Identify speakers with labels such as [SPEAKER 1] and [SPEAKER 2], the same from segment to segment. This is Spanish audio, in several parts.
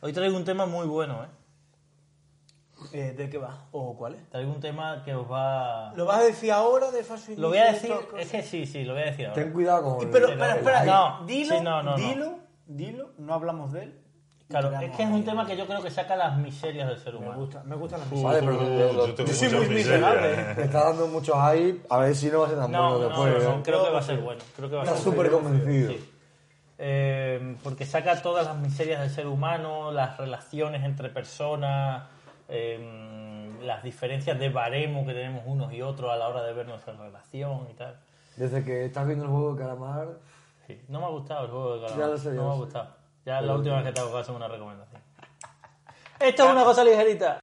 [SPEAKER 1] Hoy traigo un tema muy bueno, ¿eh?
[SPEAKER 2] Eh, ¿De qué va? ¿O cuál es?
[SPEAKER 1] Traigo un tema que os va...
[SPEAKER 2] ¿Lo vas a decir ahora de falso
[SPEAKER 1] Lo voy a decir... Es que sí, sí, lo voy a decir ahora.
[SPEAKER 3] Ten cuidado con...
[SPEAKER 2] Pero,
[SPEAKER 3] el-
[SPEAKER 2] espera,
[SPEAKER 3] el-
[SPEAKER 2] espera.
[SPEAKER 1] No,
[SPEAKER 2] dilo,
[SPEAKER 1] sí, no, no, no.
[SPEAKER 2] dilo, dilo. No hablamos de él.
[SPEAKER 1] Claro,
[SPEAKER 2] Tiramos
[SPEAKER 1] es que es un tema que yo creo que saca las miserias del ser
[SPEAKER 2] Me
[SPEAKER 1] humano.
[SPEAKER 2] gusta, me gusta la
[SPEAKER 3] Vale, pero te-
[SPEAKER 4] yo
[SPEAKER 3] te-
[SPEAKER 4] tengo
[SPEAKER 2] Yo soy
[SPEAKER 4] muchas
[SPEAKER 2] muy
[SPEAKER 4] miserias.
[SPEAKER 2] miserable,
[SPEAKER 3] te está dando mucho hype. A ver si no va a ser tan
[SPEAKER 1] No,
[SPEAKER 3] bueno
[SPEAKER 1] no,
[SPEAKER 3] después.
[SPEAKER 1] no,
[SPEAKER 3] ¿eh?
[SPEAKER 1] creo que va a ser bueno. Creo que va a
[SPEAKER 3] Estás
[SPEAKER 1] ser
[SPEAKER 3] súper
[SPEAKER 1] bueno.
[SPEAKER 3] convencido.
[SPEAKER 1] Sí. Eh, porque saca todas las miserias del ser humano, las relaciones entre personas, eh, las diferencias de baremo que tenemos unos y otros a la hora de ver nuestra relación y tal.
[SPEAKER 3] Desde que estás viendo el juego de calamar...
[SPEAKER 1] Sí. No me ha gustado el juego de calamar.
[SPEAKER 3] Ya lo sé, ya
[SPEAKER 1] no me
[SPEAKER 3] lo
[SPEAKER 1] ha
[SPEAKER 3] sé.
[SPEAKER 1] gustado. Ya es la última vez que te hago caso es una recomendación. Esto es una cosa ligerita.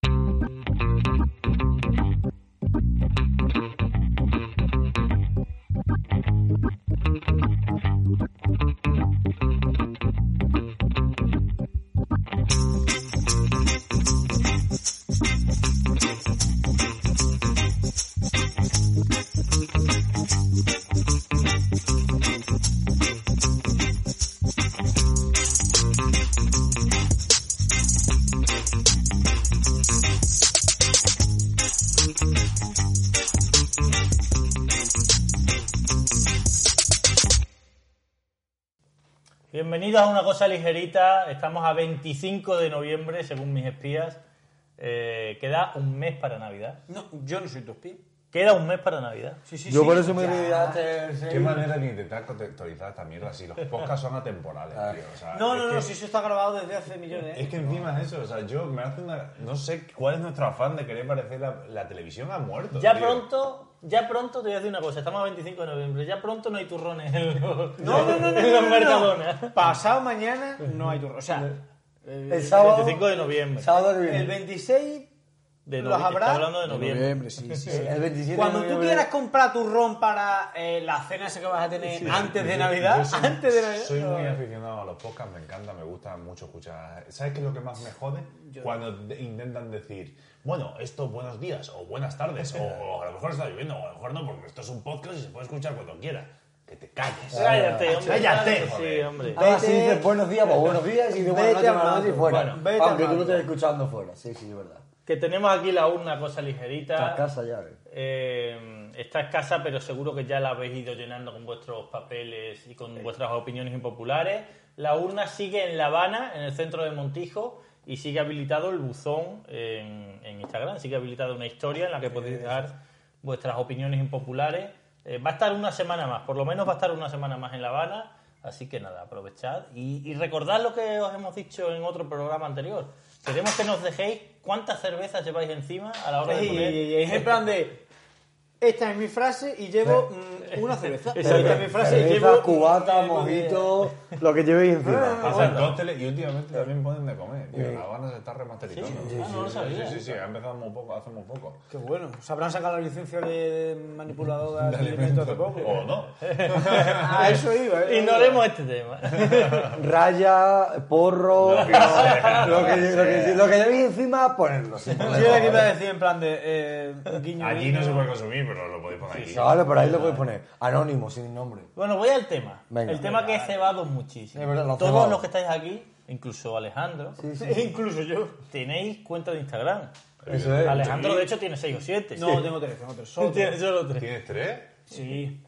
[SPEAKER 1] Bienvenidos a una cosa ligerita. Estamos a 25 de noviembre, según mis espías. Eh, queda un mes para Navidad.
[SPEAKER 2] No, yo no soy tus pies.
[SPEAKER 1] Queda un mes para Navidad.
[SPEAKER 2] Sí, sí,
[SPEAKER 3] Yo
[SPEAKER 2] sí,
[SPEAKER 3] por eso me
[SPEAKER 2] ya.
[SPEAKER 3] voy a hacer...
[SPEAKER 4] Qué manera de intentar contextualizar esta mierda si los podcasts son atemporales, tío. O sea,
[SPEAKER 2] Ah. No,
[SPEAKER 4] es
[SPEAKER 2] no,
[SPEAKER 4] que-
[SPEAKER 2] no, si eso está grabado desde hace millones. ¿eh?
[SPEAKER 4] Es que encima es eso, o sea, yo me hace una... No sé cuál es nuestro afán de querer parecer la, la televisión ha muerto,
[SPEAKER 1] Ya
[SPEAKER 4] tío.
[SPEAKER 1] pronto, ya pronto te voy a decir una cosa. Estamos a 25 de noviembre. Ya pronto no hay turrones en los,
[SPEAKER 2] No, no, no, no,
[SPEAKER 1] en
[SPEAKER 2] no,
[SPEAKER 1] los
[SPEAKER 2] no, no.
[SPEAKER 1] Mercadona.
[SPEAKER 2] Pasado mañana no hay turno. O sea, eh,
[SPEAKER 3] El sábado...
[SPEAKER 1] 25 de noviembre.
[SPEAKER 3] Sábado que viene.
[SPEAKER 2] el 26,
[SPEAKER 1] De
[SPEAKER 2] ¿Los
[SPEAKER 1] novi- está
[SPEAKER 2] habrá?
[SPEAKER 1] hablando de noviembre.
[SPEAKER 3] sí, sí. El 27
[SPEAKER 2] cuando
[SPEAKER 3] de
[SPEAKER 2] tú
[SPEAKER 3] noviembre.
[SPEAKER 2] quieras comprar turrón para eh, la cena esa que vas a tener antes de
[SPEAKER 4] Yo-
[SPEAKER 2] Navidad,
[SPEAKER 4] yo soy-
[SPEAKER 2] antes de Navidad.
[SPEAKER 4] Soy muy aficionado a los podcasts, me encanta, me gusta mucho escuchar. ¿Sabes qué es lo que más me jode? Cuando de- intentan decir, bueno, esto buenos días o buenas tardes, o, o a lo mejor está lloviendo, o a lo mejor no, porque esto es un podcast y se puede escuchar cuando quiera. Que te calles.
[SPEAKER 2] Ah,
[SPEAKER 4] Ah,
[SPEAKER 1] Cállate, hombre.
[SPEAKER 4] Cállate,
[SPEAKER 1] claro que
[SPEAKER 4] joder.
[SPEAKER 1] Sí, hombre.
[SPEAKER 3] Ah,
[SPEAKER 2] Vete-
[SPEAKER 3] si dices buenos días, pues buenos días y dices buenas
[SPEAKER 2] Vete
[SPEAKER 3] noches, buenas
[SPEAKER 2] al
[SPEAKER 3] noches y
[SPEAKER 2] mato.
[SPEAKER 3] fuera.
[SPEAKER 2] Bueno, vete
[SPEAKER 3] Aunque
[SPEAKER 2] al
[SPEAKER 3] tú lo
[SPEAKER 2] mato.
[SPEAKER 3] estés escuchando fuera, sí, sí, es verdad.
[SPEAKER 1] Que tenemos aquí la urna, cosa ligerita.
[SPEAKER 2] Ah.
[SPEAKER 3] Estás casa ya, ¿eh?
[SPEAKER 1] Eh, está escasa, pero seguro que ya la habéis ido llenando con vuestros papeles y con vuestras opiniones impopulares. La urna sigue en La Habana, en el centro de Montijo, y sigue habilitado el buzón en, en Instagram. Sigue habilitada una historia en la que podéis dejar vuestras opiniones impopulares. Eh, va a estar una semana más, por lo menos va a estar una semana más en La Habana. Así que nada, aprovechad y, y recordad lo que os hemos dicho en otro programa anterior. Queremos que nos dejéis cuántas cervezas lleváis encima a la hora de
[SPEAKER 2] Y,
[SPEAKER 1] poner
[SPEAKER 2] y- y es en plan de, esta es mi frase y llevo mm, una cerveza. Esta es mi frase y
[SPEAKER 3] Cerveza,
[SPEAKER 2] llevo...
[SPEAKER 3] cubata,
[SPEAKER 2] llevo diez.
[SPEAKER 3] mojito, lo que llevéis encima.
[SPEAKER 4] Hacen cócteles y últimamente también ponen de comer, tío. La Habana se está remasterizando.
[SPEAKER 1] Sí, sí, Ah, no lo sí. sabía.
[SPEAKER 4] Sí, sí, sí, ha empezado muy poco, hace muy poco.
[SPEAKER 2] Qué bueno, se habrán sacado la licencia de manipulador de
[SPEAKER 4] De
[SPEAKER 2] alimentos Oh. hace
[SPEAKER 4] alimento.
[SPEAKER 2] poco.
[SPEAKER 4] O no.
[SPEAKER 2] A eso iba, ¿eh?
[SPEAKER 1] Ignoremos este tema.
[SPEAKER 3] Raya, porro, lo que, lo que, lo que, llevéis encima, ponedlo. sin
[SPEAKER 2] Yo
[SPEAKER 3] problema.
[SPEAKER 2] era que iba a decir en plan de eh, guiño.
[SPEAKER 4] Allí
[SPEAKER 2] guiño.
[SPEAKER 4] no se puede consumir, pero lo podéis poner aquí.
[SPEAKER 3] No, vale, por ahí lo podéis poner. Anónimo, sin nombre.
[SPEAKER 1] Bueno, voy al tema.
[SPEAKER 3] Venga.
[SPEAKER 1] el tema que he cebado muchísimo.
[SPEAKER 3] Es verdad, lo has
[SPEAKER 1] Todos
[SPEAKER 3] cebado.
[SPEAKER 1] los que estáis aquí, incluso Alejandro,
[SPEAKER 3] Sí, sí.
[SPEAKER 1] incluso yo, tenéis cuenta de Instagram.
[SPEAKER 3] Eso es.
[SPEAKER 1] Alejandro, de hecho, tiene 6 o 7.
[SPEAKER 2] Eh, No, tengo tres, tengo tres. Solo
[SPEAKER 1] tiene
[SPEAKER 2] tres.
[SPEAKER 1] solo 3.
[SPEAKER 4] ¿Tienes tres?
[SPEAKER 2] Sí.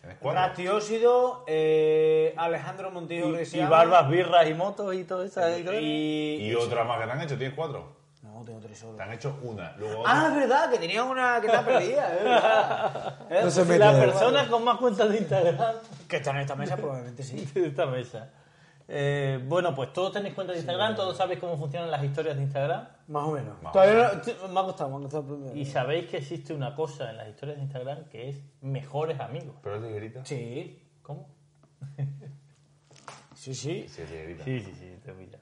[SPEAKER 4] ¿Tienes cuatro?
[SPEAKER 2] Ratiósido, eh, Alejandro Montijo que
[SPEAKER 1] Y,
[SPEAKER 2] se llama.
[SPEAKER 1] barbas, birras y motos y todo eso. ahí, claro.
[SPEAKER 2] Y...
[SPEAKER 4] Y otra más que te han hecho, tienes cuatro.
[SPEAKER 2] No, tengo tres solo.
[SPEAKER 4] Te han hecho una, luego otra.
[SPEAKER 2] Ah, es verdad, que tenía una que estaba perdida. es verdad. Eh,
[SPEAKER 3] No se mete.
[SPEAKER 1] Las personas con más cuentas de Instagram
[SPEAKER 2] Que está en esta mesa pues, probablemente sí.
[SPEAKER 1] de esta mesa. Eh, bueno, pues todos tenéis cuenta de Instagram, todos sabéis cómo funcionan las historias de Instagram.
[SPEAKER 2] Más o menos.
[SPEAKER 4] Más
[SPEAKER 2] Todavía no- t- me ha costado, me ha costado. aprender.
[SPEAKER 1] Y sabéis que existe una cosa en las historias de Instagram que es mejores amigos.
[SPEAKER 4] ¿Pero es ligerita?
[SPEAKER 2] Sí,
[SPEAKER 1] ¿Cómo?
[SPEAKER 2] sí, sí.
[SPEAKER 4] Sí, es ligerita.
[SPEAKER 1] Sí, sí, sí, te pilla.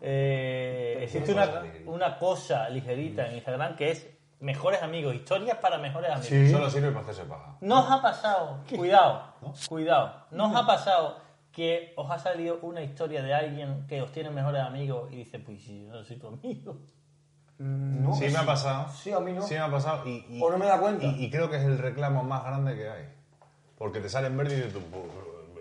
[SPEAKER 1] Eh, existe
[SPEAKER 4] una
[SPEAKER 1] una,
[SPEAKER 4] cosa ligerita.
[SPEAKER 1] una cosa ligerita en Instagram que es mejores amigos, historias para mejores amigos.
[SPEAKER 4] Solo sirve para hacerse paja.
[SPEAKER 1] Nos ha pasado, cuidado, cuidado, nos ha pasado que os ha salido una historia de alguien que os tiene mejores amigos y dice, pues si yo no soy tu amigo.
[SPEAKER 3] No,
[SPEAKER 4] Sí me ha pasado.
[SPEAKER 3] Sí, a mí no.
[SPEAKER 4] Sí me ha pasado. Y, y-
[SPEAKER 3] O no me da cuenta.
[SPEAKER 4] Y, y creo que es el reclamo más grande que hay. Porque te salen verdes y dices tú, "Pu-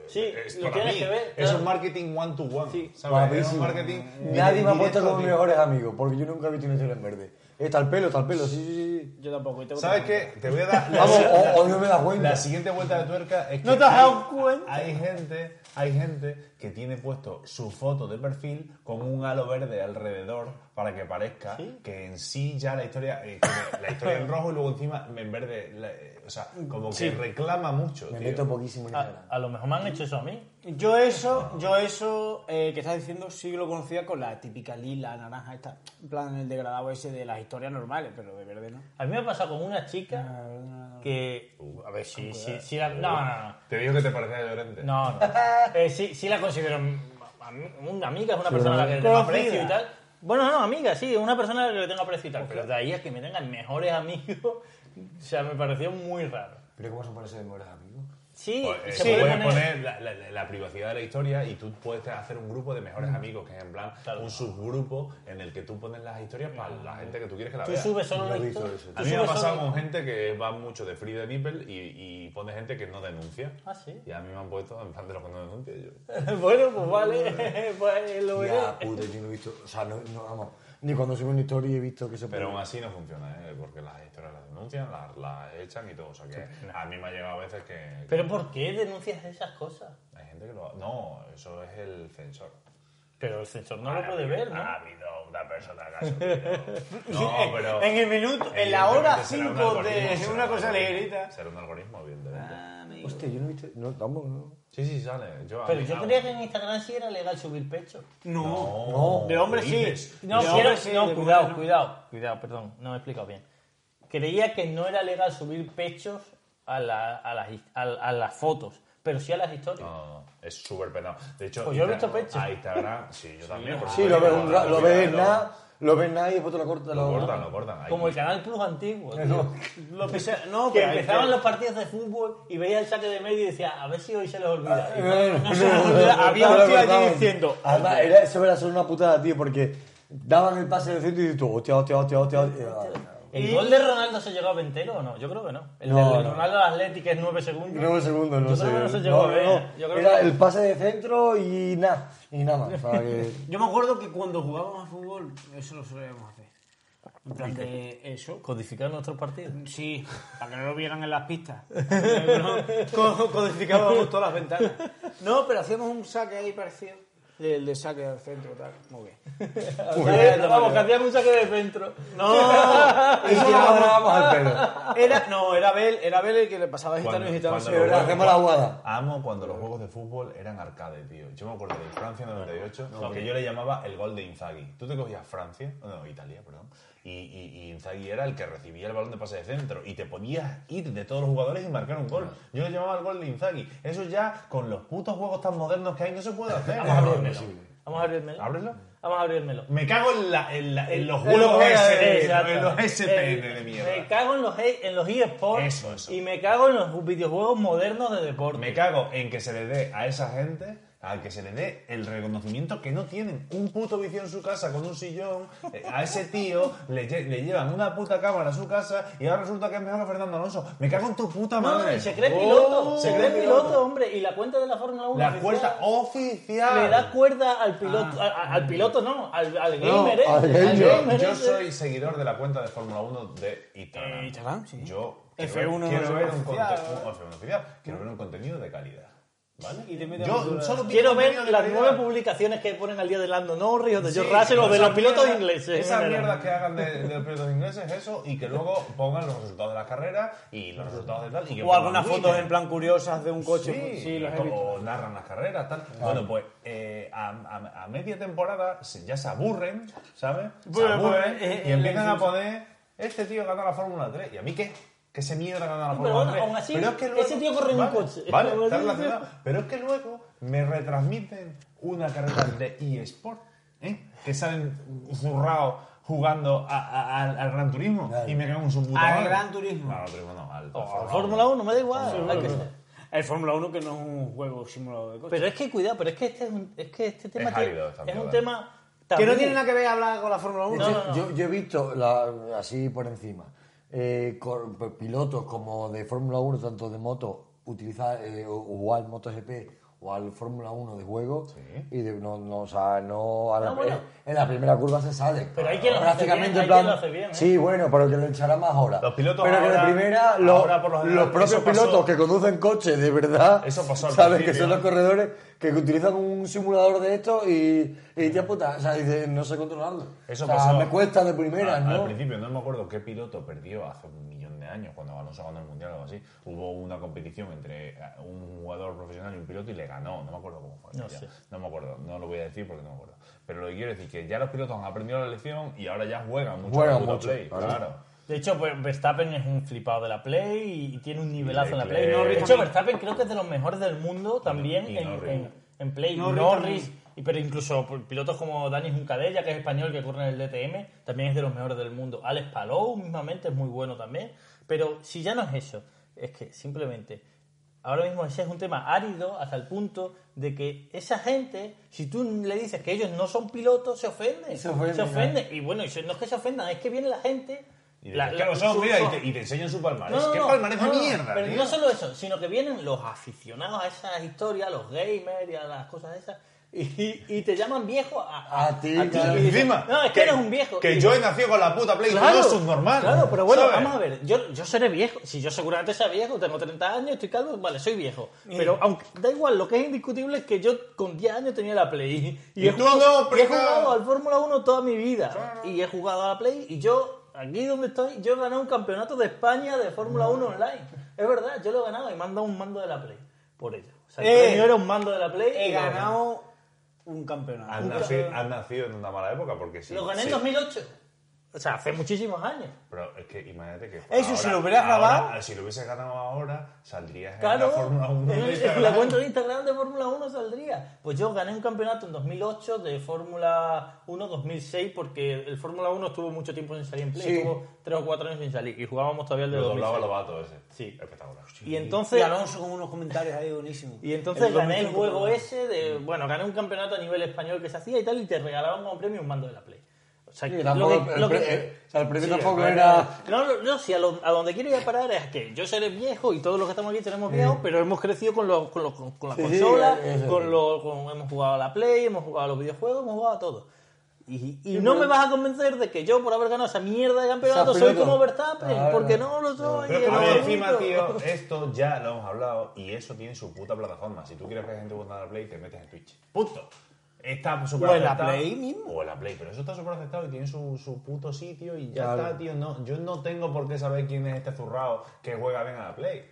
[SPEAKER 1] Sí,
[SPEAKER 4] es
[SPEAKER 1] lo
[SPEAKER 4] para
[SPEAKER 1] tienes
[SPEAKER 4] mí.
[SPEAKER 1] que ver,
[SPEAKER 4] Es
[SPEAKER 1] claro.
[SPEAKER 4] un marketing one to one.
[SPEAKER 1] Sí.
[SPEAKER 4] ¿sabes? Es un
[SPEAKER 3] Guapísimo.
[SPEAKER 4] marketing.
[SPEAKER 3] Nadie me ha puesto
[SPEAKER 4] directo a
[SPEAKER 3] como mis
[SPEAKER 4] ti.
[SPEAKER 3] mejores amigos, porque yo nunca he visto una historia en verde. Eh, tal pelo, tal pelo, sí, sí, sí.
[SPEAKER 2] Yo tampoco. y tengo
[SPEAKER 4] ¿Sabes
[SPEAKER 2] que-
[SPEAKER 4] qué? Te voy a dar.
[SPEAKER 3] Vamos, o, o no me das cuenta.
[SPEAKER 4] La siguiente vuelta de tuerca es que
[SPEAKER 2] ¿No te has
[SPEAKER 4] hay-
[SPEAKER 2] dado cuenta?
[SPEAKER 4] Hay gente, hay gente que tiene puesto su foto de perfil con un halo verde alrededor para que parezca que en sí ya la historia, eh, que la historia en rojo y luego encima en verde, la- eh, o sea, como que
[SPEAKER 1] Sí.
[SPEAKER 4] reclama mucho.
[SPEAKER 3] Me
[SPEAKER 4] tío. Ah.
[SPEAKER 3] meto poquísimo en
[SPEAKER 1] A,
[SPEAKER 3] Instagram.
[SPEAKER 1] a lo mejor me han hecho eso a mí.
[SPEAKER 2] Yo eso, yo eso eh, que estás diciendo sí lo conocía con la típica lila, naranja, esta, en plan el degradado ese de las historias normales, pero de verde no.
[SPEAKER 1] A mí me ha pasado con una chica
[SPEAKER 2] Ah,
[SPEAKER 1] que... A ver, sí, sí, sí la... No, no, no.
[SPEAKER 4] Te digo que te parecía Llorente.
[SPEAKER 1] No, no. Eh, sí, sí la considero am- am- una amiga, es una persona a la que le tengo
[SPEAKER 2] Conocida.
[SPEAKER 1] aprecio y tal. Bueno, no, amiga, sí, es una persona a la que le tengo aprecio y tal. Pero de ahí es que me tengan mejores amigos. O sea, me pareció muy raro.
[SPEAKER 3] Pero ¿cómo se pone eso de mejores amigos?
[SPEAKER 1] Sí,
[SPEAKER 4] Pues, eh,
[SPEAKER 1] se puede
[SPEAKER 4] tú puedes
[SPEAKER 1] poner.
[SPEAKER 4] poner la, la- la- la privacidad de la historia y tú puedes hacer un grupo de mejores
[SPEAKER 1] Mm.
[SPEAKER 4] amigos, que es en plan
[SPEAKER 1] Claro.
[SPEAKER 4] un subgrupo en el que tú pones las historias para la gente que tú quieres que la
[SPEAKER 1] Mm. Tú
[SPEAKER 4] vea.
[SPEAKER 1] subes solo
[SPEAKER 3] Yo
[SPEAKER 1] la
[SPEAKER 3] he
[SPEAKER 1] historia.
[SPEAKER 3] visto eso.
[SPEAKER 1] tú
[SPEAKER 4] A mí me ha
[SPEAKER 1] subes
[SPEAKER 4] pasado
[SPEAKER 1] solo-
[SPEAKER 4] con gente que va mucho de free de nipple y, y pone gente que no denuncia.
[SPEAKER 1] Ah, sí.
[SPEAKER 4] Y a mí me han puesto en plan de los que no denuncian yo.
[SPEAKER 1] bueno, pues vale. pues lo veré.
[SPEAKER 3] Ya, puta, yo no he visto. O sea, no, no, vamos. Ni cuando subo una historia he visto que se pone.
[SPEAKER 4] Pero aún así no funciona, ¿eh? porque las historias las denuncian, las, las echan y todo. O sea que a mí me ha llegado a veces que...
[SPEAKER 1] Pero ¿por qué denuncias esas cosas?
[SPEAKER 4] Hay gente que lo... No, eso es el censor.
[SPEAKER 1] Pero el sensor no
[SPEAKER 4] Ha
[SPEAKER 1] lo puede
[SPEAKER 4] habido-
[SPEAKER 1] ver,
[SPEAKER 4] Ha
[SPEAKER 1] ¿no?
[SPEAKER 4] habido una persona que ha subido. No, pero...
[SPEAKER 2] en el minuto, en la hora
[SPEAKER 4] evidentemente será un
[SPEAKER 2] 5
[SPEAKER 4] algoritmo,
[SPEAKER 2] de
[SPEAKER 4] será
[SPEAKER 2] una
[SPEAKER 4] un
[SPEAKER 2] cosa Ah.
[SPEAKER 4] algoritmo.
[SPEAKER 2] ligerita.
[SPEAKER 4] Será un algoritmo, evidentemente.
[SPEAKER 3] Hostia, yo no he visto. No, tampoco, no.
[SPEAKER 4] Sí, sí, sale. Yo, a
[SPEAKER 1] Pero
[SPEAKER 4] mí-
[SPEAKER 1] yo
[SPEAKER 4] ah,
[SPEAKER 1] creía que en Instagram sí era legal subir pecho.
[SPEAKER 2] No.
[SPEAKER 4] No,
[SPEAKER 2] De hombre sí.
[SPEAKER 4] dices.
[SPEAKER 1] No,
[SPEAKER 2] De
[SPEAKER 1] quiero-
[SPEAKER 2] hombre sí,
[SPEAKER 1] no,
[SPEAKER 2] de
[SPEAKER 1] cuidado,
[SPEAKER 2] mujer no.
[SPEAKER 1] cuidado, cuidado, perdón, no me he explicado bien. Creía que no era legal subir pechos a, la- a las, his- a, a las fotos, pero sí a las historias.
[SPEAKER 4] No, no, es súper penado. De hecho,
[SPEAKER 1] Pues yo he
[SPEAKER 4] Insta-
[SPEAKER 1] visto pecho.
[SPEAKER 4] A Instagram, sí, yo también. por
[SPEAKER 3] Sí, lo
[SPEAKER 4] supuesto,
[SPEAKER 3] ves, un ra- lo ves
[SPEAKER 4] lo-
[SPEAKER 3] nada, lo ves nada y después te lo cortas.
[SPEAKER 4] Lo cortan, lo cortan. Hay-
[SPEAKER 1] Como el Canal Plus antiguo. tío.
[SPEAKER 3] No.
[SPEAKER 2] Lo que sea- no,
[SPEAKER 1] Que
[SPEAKER 2] pero hay
[SPEAKER 1] empezaban
[SPEAKER 2] que-
[SPEAKER 1] los partidos de fútbol y veía el saque de medio y decía, a ver si hoy se los olvida. Y
[SPEAKER 3] No, Ah, eh, no,
[SPEAKER 2] se me
[SPEAKER 3] no,
[SPEAKER 2] olvida,
[SPEAKER 3] no,
[SPEAKER 2] había
[SPEAKER 3] no,
[SPEAKER 2] un
[SPEAKER 3] no,
[SPEAKER 2] tío allí
[SPEAKER 3] cortaban.
[SPEAKER 2] diciendo,
[SPEAKER 3] Además, era, eso era solo una putada, tío, porque daban el pase del centro y dices tú, hostia, hostia, hostia, hostia. hostia.
[SPEAKER 1] ¿El gol de Ronaldo se llegó a ventero o no? Yo creo que no. El
[SPEAKER 3] No,
[SPEAKER 1] de
[SPEAKER 3] no.
[SPEAKER 1] Ronaldo al Atleti, que es 9 segundos.
[SPEAKER 3] Nueve segundos, no
[SPEAKER 1] Yo
[SPEAKER 3] sé.
[SPEAKER 1] creo que no se llegó
[SPEAKER 3] No,
[SPEAKER 1] a ver,
[SPEAKER 3] no,
[SPEAKER 1] yo creo
[SPEAKER 3] Era
[SPEAKER 1] que-
[SPEAKER 3] el pase de centro y nada, y nada más. o sea que-
[SPEAKER 2] Yo me acuerdo que cuando jugábamos a fútbol, eso lo solíamos hacer. En plan de eso.
[SPEAKER 1] Codificar nuestros partidos.
[SPEAKER 2] Sí, para que no lo vieran en las pistas. No, co- Codificábamos todas las ventanas. No, pero hacíamos un saque ahí parecido. El de saque al centro, tal. Muy bien.
[SPEAKER 1] Vamos, que hacían un saque de centro.
[SPEAKER 2] No,
[SPEAKER 3] Y ya ahora vamos al pelo.
[SPEAKER 2] era, no, era Abel, era Abel el que le pasaba a
[SPEAKER 4] Cuando-
[SPEAKER 2] gitanos y gitanos.
[SPEAKER 4] cuando
[SPEAKER 2] sí,
[SPEAKER 4] lo
[SPEAKER 2] ¿verdad?
[SPEAKER 4] juegan-
[SPEAKER 3] Hacemos la jugada.
[SPEAKER 4] Amo cuando los juegos de fútbol eran arcade, tío. Yo me acuerdo de Francia 98, que yo le llamaba el gol de Inzaghi. Tú te cogías Francia, no, Italia, perdón, y, y- y Inzaghi era el que recibía el balón de pase de centro y te podías ir de todos los jugadores y marcar un gol. Yo le llamaba el gol de Inzaghi. Eso ya, con los putos juegos tan modernos que hay, no se puede hacer.
[SPEAKER 1] Vamos a abrir el melón. Vamos a abrir el melón.
[SPEAKER 4] Ábrelo.
[SPEAKER 1] Vamos a abrir el melón.
[SPEAKER 4] Me cago en, la- en la- en los
[SPEAKER 1] En
[SPEAKER 4] juegos
[SPEAKER 1] los
[SPEAKER 4] SPN,
[SPEAKER 1] exacto.
[SPEAKER 4] en los SPN de
[SPEAKER 1] Eh, Me
[SPEAKER 4] mierda.
[SPEAKER 1] cago en los, e- en los eSports
[SPEAKER 4] Eso, eso.
[SPEAKER 1] y me cago en los videojuegos modernos de deporte.
[SPEAKER 4] Me cago en que se le dé a esa gente, al que se le dé el reconocimiento que no tienen. Un puto vicio en su casa con un sillón, eh, a ese tío le, lle- le llevan una puta cámara a su casa y ahora resulta que es mejor que Fernando Alonso. Me cago en tu puta
[SPEAKER 1] No,
[SPEAKER 4] madre.
[SPEAKER 1] y se cree
[SPEAKER 4] Oh,
[SPEAKER 1] piloto,
[SPEAKER 4] se
[SPEAKER 1] se
[SPEAKER 4] cree
[SPEAKER 1] cree piloto, hombre, y la cuenta de la Fórmula 1
[SPEAKER 4] La oh, ah.
[SPEAKER 1] oficial
[SPEAKER 4] cuerda oficial.
[SPEAKER 1] le da cuerda al
[SPEAKER 4] Ah.
[SPEAKER 1] piloto, a- a- al piloto no, al, al gamer, ese,
[SPEAKER 3] al gamer.
[SPEAKER 4] Yo,
[SPEAKER 1] gamer ¿eh?
[SPEAKER 4] yo
[SPEAKER 1] ese.
[SPEAKER 4] soy seguidor de la cuenta de Fórmula 1 de Instagram.
[SPEAKER 2] Eh, Instagram, sí.
[SPEAKER 4] Yo
[SPEAKER 2] F1
[SPEAKER 4] quiero ver un
[SPEAKER 2] oficial.
[SPEAKER 1] ¿eh?
[SPEAKER 4] contenido Quiero ver un contenido de calidad. ¿Vale?
[SPEAKER 2] Y te meten
[SPEAKER 4] Yo
[SPEAKER 2] basura.
[SPEAKER 4] solo pido
[SPEAKER 1] Quiero ver
[SPEAKER 4] contenido de
[SPEAKER 1] las
[SPEAKER 4] calidad.
[SPEAKER 1] nueve publicaciones que ponen al día de Lando Norris o de
[SPEAKER 4] Sí,
[SPEAKER 1] George Russell o de
[SPEAKER 4] esas
[SPEAKER 1] los pilotos
[SPEAKER 4] mierdas-
[SPEAKER 1] ingleses. eh,
[SPEAKER 4] Esas
[SPEAKER 1] en general.
[SPEAKER 4] mierdas que hagan de, de los pilotos ingleses, eso, y que luego pongan los resultados de la carrera y los resultados de tal. Y que
[SPEAKER 2] O
[SPEAKER 4] pongan
[SPEAKER 2] algunas
[SPEAKER 4] Twitter.
[SPEAKER 2] fotos en plan curiosas de un coche.
[SPEAKER 4] Sí,
[SPEAKER 2] los he
[SPEAKER 4] o-
[SPEAKER 2] visto.
[SPEAKER 4] o narran las carreras, tal. Bueno, pues eh, a, a- a media temporada se- ya se aburren, ¿sabes? se
[SPEAKER 2] Bueno,
[SPEAKER 4] aburren
[SPEAKER 2] pues, eh,
[SPEAKER 4] y
[SPEAKER 2] eh,
[SPEAKER 4] empiezan
[SPEAKER 2] la
[SPEAKER 4] a poner. Este tío gana la Fórmula 3. ¿Y a mí qué? Que se mierda gana la
[SPEAKER 1] pero
[SPEAKER 4] Fórmula
[SPEAKER 1] bueno,
[SPEAKER 4] 3.
[SPEAKER 1] aún así, ese tío corre en un
[SPEAKER 4] vale,
[SPEAKER 1] coche.
[SPEAKER 4] Vale,
[SPEAKER 1] Aún
[SPEAKER 4] está
[SPEAKER 1] así,
[SPEAKER 4] relacionado. Pero es que luego me retransmiten una carrera de eSport, ¿eh? Que salen zurrados jugando a- a- al- al Gran Turismo y me cago en su puta
[SPEAKER 2] Al
[SPEAKER 4] madre.
[SPEAKER 2] Gran Turismo. Oh,
[SPEAKER 4] No, al Turismo no, al- al
[SPEAKER 1] O
[SPEAKER 4] Fórmula 1.
[SPEAKER 1] Fórmula 1, me da igual. hay que ser.
[SPEAKER 2] El Fórmula 1 que no es un juego simulado de coche.
[SPEAKER 1] Pero es que cuidado, pero es que este es un, es que este tema
[SPEAKER 4] Es
[SPEAKER 1] tiene-
[SPEAKER 4] árido esta
[SPEAKER 1] es un
[SPEAKER 4] mierda.
[SPEAKER 1] tema
[SPEAKER 2] que
[SPEAKER 1] tabú.
[SPEAKER 2] no tiene nada que ver hablar con la Fórmula 1.
[SPEAKER 1] No, no, no.
[SPEAKER 3] Yo, yo he visto, la- así por encima, eh, cor- pilotos como de Fórmula 1, tanto de moto, utilizar eh, o- igual MotoGP o al Fórmula 1 de juego
[SPEAKER 4] Sí.
[SPEAKER 3] y de- no, no, o sea, no a la,
[SPEAKER 1] No, bueno.
[SPEAKER 3] en la primera curva se sale.
[SPEAKER 1] Pero hay quien lo hace
[SPEAKER 3] Prácticamente
[SPEAKER 1] bien, hay
[SPEAKER 3] en plan,
[SPEAKER 1] quien lo hace bien, ¿eh?
[SPEAKER 3] Sí, bueno, pero que lo echará más horas.
[SPEAKER 4] Los pilotos
[SPEAKER 3] pero que
[SPEAKER 4] ahora-
[SPEAKER 3] la primera, lo-
[SPEAKER 4] ahora por lo general,
[SPEAKER 3] los propios
[SPEAKER 4] eso pasó-
[SPEAKER 3] pilotos que conducen coches, de verdad,
[SPEAKER 4] Eso pasó al
[SPEAKER 3] sabes que
[SPEAKER 4] principio.
[SPEAKER 3] son los corredores que utilizan un simulador de esto y, y te puta, o sea, dices, no sé controlarlo.
[SPEAKER 4] Eso
[SPEAKER 3] O sea,
[SPEAKER 4] pasó.
[SPEAKER 3] me cuesta de
[SPEAKER 4] Al-
[SPEAKER 3] primeras, ¿no?
[SPEAKER 4] Al principio no me acuerdo qué piloto perdió hace un millón de años cuando Alonso ganó el mundial o algo así. Hubo una competición entre eh, un jugador profesional y un piloto y le ganó. No me acuerdo cómo fue.
[SPEAKER 1] No
[SPEAKER 4] ya.
[SPEAKER 1] sé.
[SPEAKER 4] No me acuerdo. No lo voy a decir porque no me acuerdo. Pero lo que quiero decir es que ya los pilotos han aprendido la lección y ahora ya juegan mucho.
[SPEAKER 3] Juegan
[SPEAKER 4] al puto
[SPEAKER 3] mucho,
[SPEAKER 4] Play,
[SPEAKER 3] claro.
[SPEAKER 4] claro.
[SPEAKER 1] De hecho, pues, Verstappen es un flipado de la Play y tiene un nivelazo en la Play.
[SPEAKER 4] Leclerc.
[SPEAKER 1] de hecho, Verstappen creo que es de los mejores del mundo también
[SPEAKER 4] y
[SPEAKER 1] en,
[SPEAKER 4] Norris.
[SPEAKER 1] en- en Play.
[SPEAKER 2] Norris
[SPEAKER 1] Norris,
[SPEAKER 2] también.
[SPEAKER 1] y, pero incluso por pilotos como Dani Juncadella, que es español, que corre en el DTM, también es de los mejores del mundo. Alex Palou mismamente es muy bueno también. Pero si ya no es eso, es que simplemente ahora mismo ese es un tema árido hasta el punto de que esa gente, si tú le dices que ellos no son pilotos, se ofenden.
[SPEAKER 3] Se ofenden, ¿no?
[SPEAKER 1] ofenden. Y bueno, y se- no es que se ofendan, es que viene la gente...
[SPEAKER 4] Y
[SPEAKER 1] La-
[SPEAKER 4] dices,
[SPEAKER 1] la-
[SPEAKER 4] "Claro, son,
[SPEAKER 1] su-
[SPEAKER 4] mira", y
[SPEAKER 1] su-
[SPEAKER 4] te, y te enseñan su palmarés.
[SPEAKER 1] no, no,
[SPEAKER 4] ¿Qué
[SPEAKER 1] no,
[SPEAKER 4] palmarés
[SPEAKER 1] no,
[SPEAKER 4] de
[SPEAKER 1] no,
[SPEAKER 4] mierda,
[SPEAKER 1] Pero
[SPEAKER 4] tío?
[SPEAKER 1] no solo eso, sino que vienen los aficionados a esas historias, los gamers y a las cosas esas, y, y te llaman viejo a,
[SPEAKER 3] A ti,
[SPEAKER 1] a ti.
[SPEAKER 3] claro.
[SPEAKER 1] Y dicen,
[SPEAKER 4] Encima,
[SPEAKER 1] No, es que, eres un viejo.
[SPEAKER 4] Que
[SPEAKER 1] Y-
[SPEAKER 4] yo he nacido con la puta Play
[SPEAKER 1] Claro,
[SPEAKER 4] no eso es normal.
[SPEAKER 1] Claro, pero bueno,
[SPEAKER 4] ¿sabes?
[SPEAKER 1] vamos a ver. Yo, yo seré viejo. Si yo seguramente sea viejo, tengo 30 años, estoy calvo, vale, soy viejo. Pero aunque da igual, lo que es indiscutible es que yo con 10 años tenía la Play.
[SPEAKER 4] Y
[SPEAKER 1] he
[SPEAKER 4] tú
[SPEAKER 1] jugado-
[SPEAKER 4] no,
[SPEAKER 1] y he
[SPEAKER 4] prima. Ah.
[SPEAKER 1] jugado al Fórmula 1 toda mi vida. Y he jugado a la Play y yo, aquí donde estoy, yo he ganado un campeonato de España de
[SPEAKER 4] Ah.
[SPEAKER 1] Fórmula 1 online. Es verdad, yo lo he ganado y me han dado un mando de la Play por ello. O sea, el
[SPEAKER 2] Eh,
[SPEAKER 1] premio era un mando de la Play.
[SPEAKER 2] He
[SPEAKER 1] y lo
[SPEAKER 2] ganado un campeonato.
[SPEAKER 4] Has
[SPEAKER 2] Un
[SPEAKER 4] nacido, has nacido en una mala época porque sí.
[SPEAKER 1] Lo gané en
[SPEAKER 4] sí.
[SPEAKER 1] 2008. O sea, hace muchísimos años.
[SPEAKER 4] Pero es que imagínate que.
[SPEAKER 2] Eso, si lo hubieras grabado-
[SPEAKER 4] Si lo hubieses ganado ahora, saldrías
[SPEAKER 1] Claro,
[SPEAKER 4] en la Fórmula 1.
[SPEAKER 1] en,
[SPEAKER 4] de
[SPEAKER 1] en
[SPEAKER 4] Instagram.
[SPEAKER 1] la cuenta de Instagram de Fórmula 1 saldría. Pues yo gané un campeonato en 2008 de Fórmula 1 2006 porque el Fórmula 1 estuvo mucho tiempo sin salir en play,
[SPEAKER 3] Sí.
[SPEAKER 1] estuvo 3 o 4 años sin salir y jugábamos todavía el de
[SPEAKER 4] Lo doblaba
[SPEAKER 1] 2006.
[SPEAKER 4] Lobato ese.
[SPEAKER 1] Sí.
[SPEAKER 4] Espectacular.
[SPEAKER 1] Y
[SPEAKER 2] Y
[SPEAKER 1] entonces
[SPEAKER 2] Alonso con unos comentarios ahí buenísimos.
[SPEAKER 1] y entonces gané el
[SPEAKER 2] 2005
[SPEAKER 1] juego
[SPEAKER 2] programa.
[SPEAKER 1] ese de bueno, gané un campeonato a nivel español que se hacía y tal y te regalaban como premio un mando de la Play. O sea,
[SPEAKER 3] Sí,
[SPEAKER 1] que-
[SPEAKER 3] tampoco-
[SPEAKER 1] lo que-
[SPEAKER 3] el
[SPEAKER 1] lo
[SPEAKER 3] pre-
[SPEAKER 1] que-
[SPEAKER 3] eh, o sea, el premio
[SPEAKER 1] Sí,
[SPEAKER 3] tampoco
[SPEAKER 1] el premio-
[SPEAKER 3] era...
[SPEAKER 1] No, no, no, si a, lo- a donde quiero ir a parar es que yo seré viejo y todos los que estamos aquí seremos viejos, pero hemos crecido con, los, con, los, con, con la
[SPEAKER 3] Sí, sí,
[SPEAKER 1] consola,
[SPEAKER 3] eh, eso.
[SPEAKER 1] con lo, con- hemos jugado a la Play, hemos jugado a los videojuegos, hemos jugado a todo. Y, y no me vas a convencer de que yo, por haber ganado esa mierda de campeonato,
[SPEAKER 3] Seas
[SPEAKER 1] soy
[SPEAKER 3] piloto.
[SPEAKER 1] como Verstappen,
[SPEAKER 3] Claro.
[SPEAKER 1] porque no lo soy.
[SPEAKER 4] Pero
[SPEAKER 1] y
[SPEAKER 4] es que
[SPEAKER 1] no
[SPEAKER 4] luego
[SPEAKER 1] lo
[SPEAKER 4] encima,
[SPEAKER 1] soy.
[SPEAKER 4] tío, esto ya lo hemos hablado y eso tiene su puta plataforma. Si tú quieres que la gente vuelva a la Play, te metes en Twitch. Punto. Está super
[SPEAKER 2] O en la
[SPEAKER 4] aceptado.
[SPEAKER 2] Play mismo.
[SPEAKER 4] O en la Play, pero eso está súper aceptado y tiene su, su puto sitio y ya
[SPEAKER 3] Claro.
[SPEAKER 4] está, tío. No, yo no tengo por qué saber quién es este zurrado que juega bien a la Play.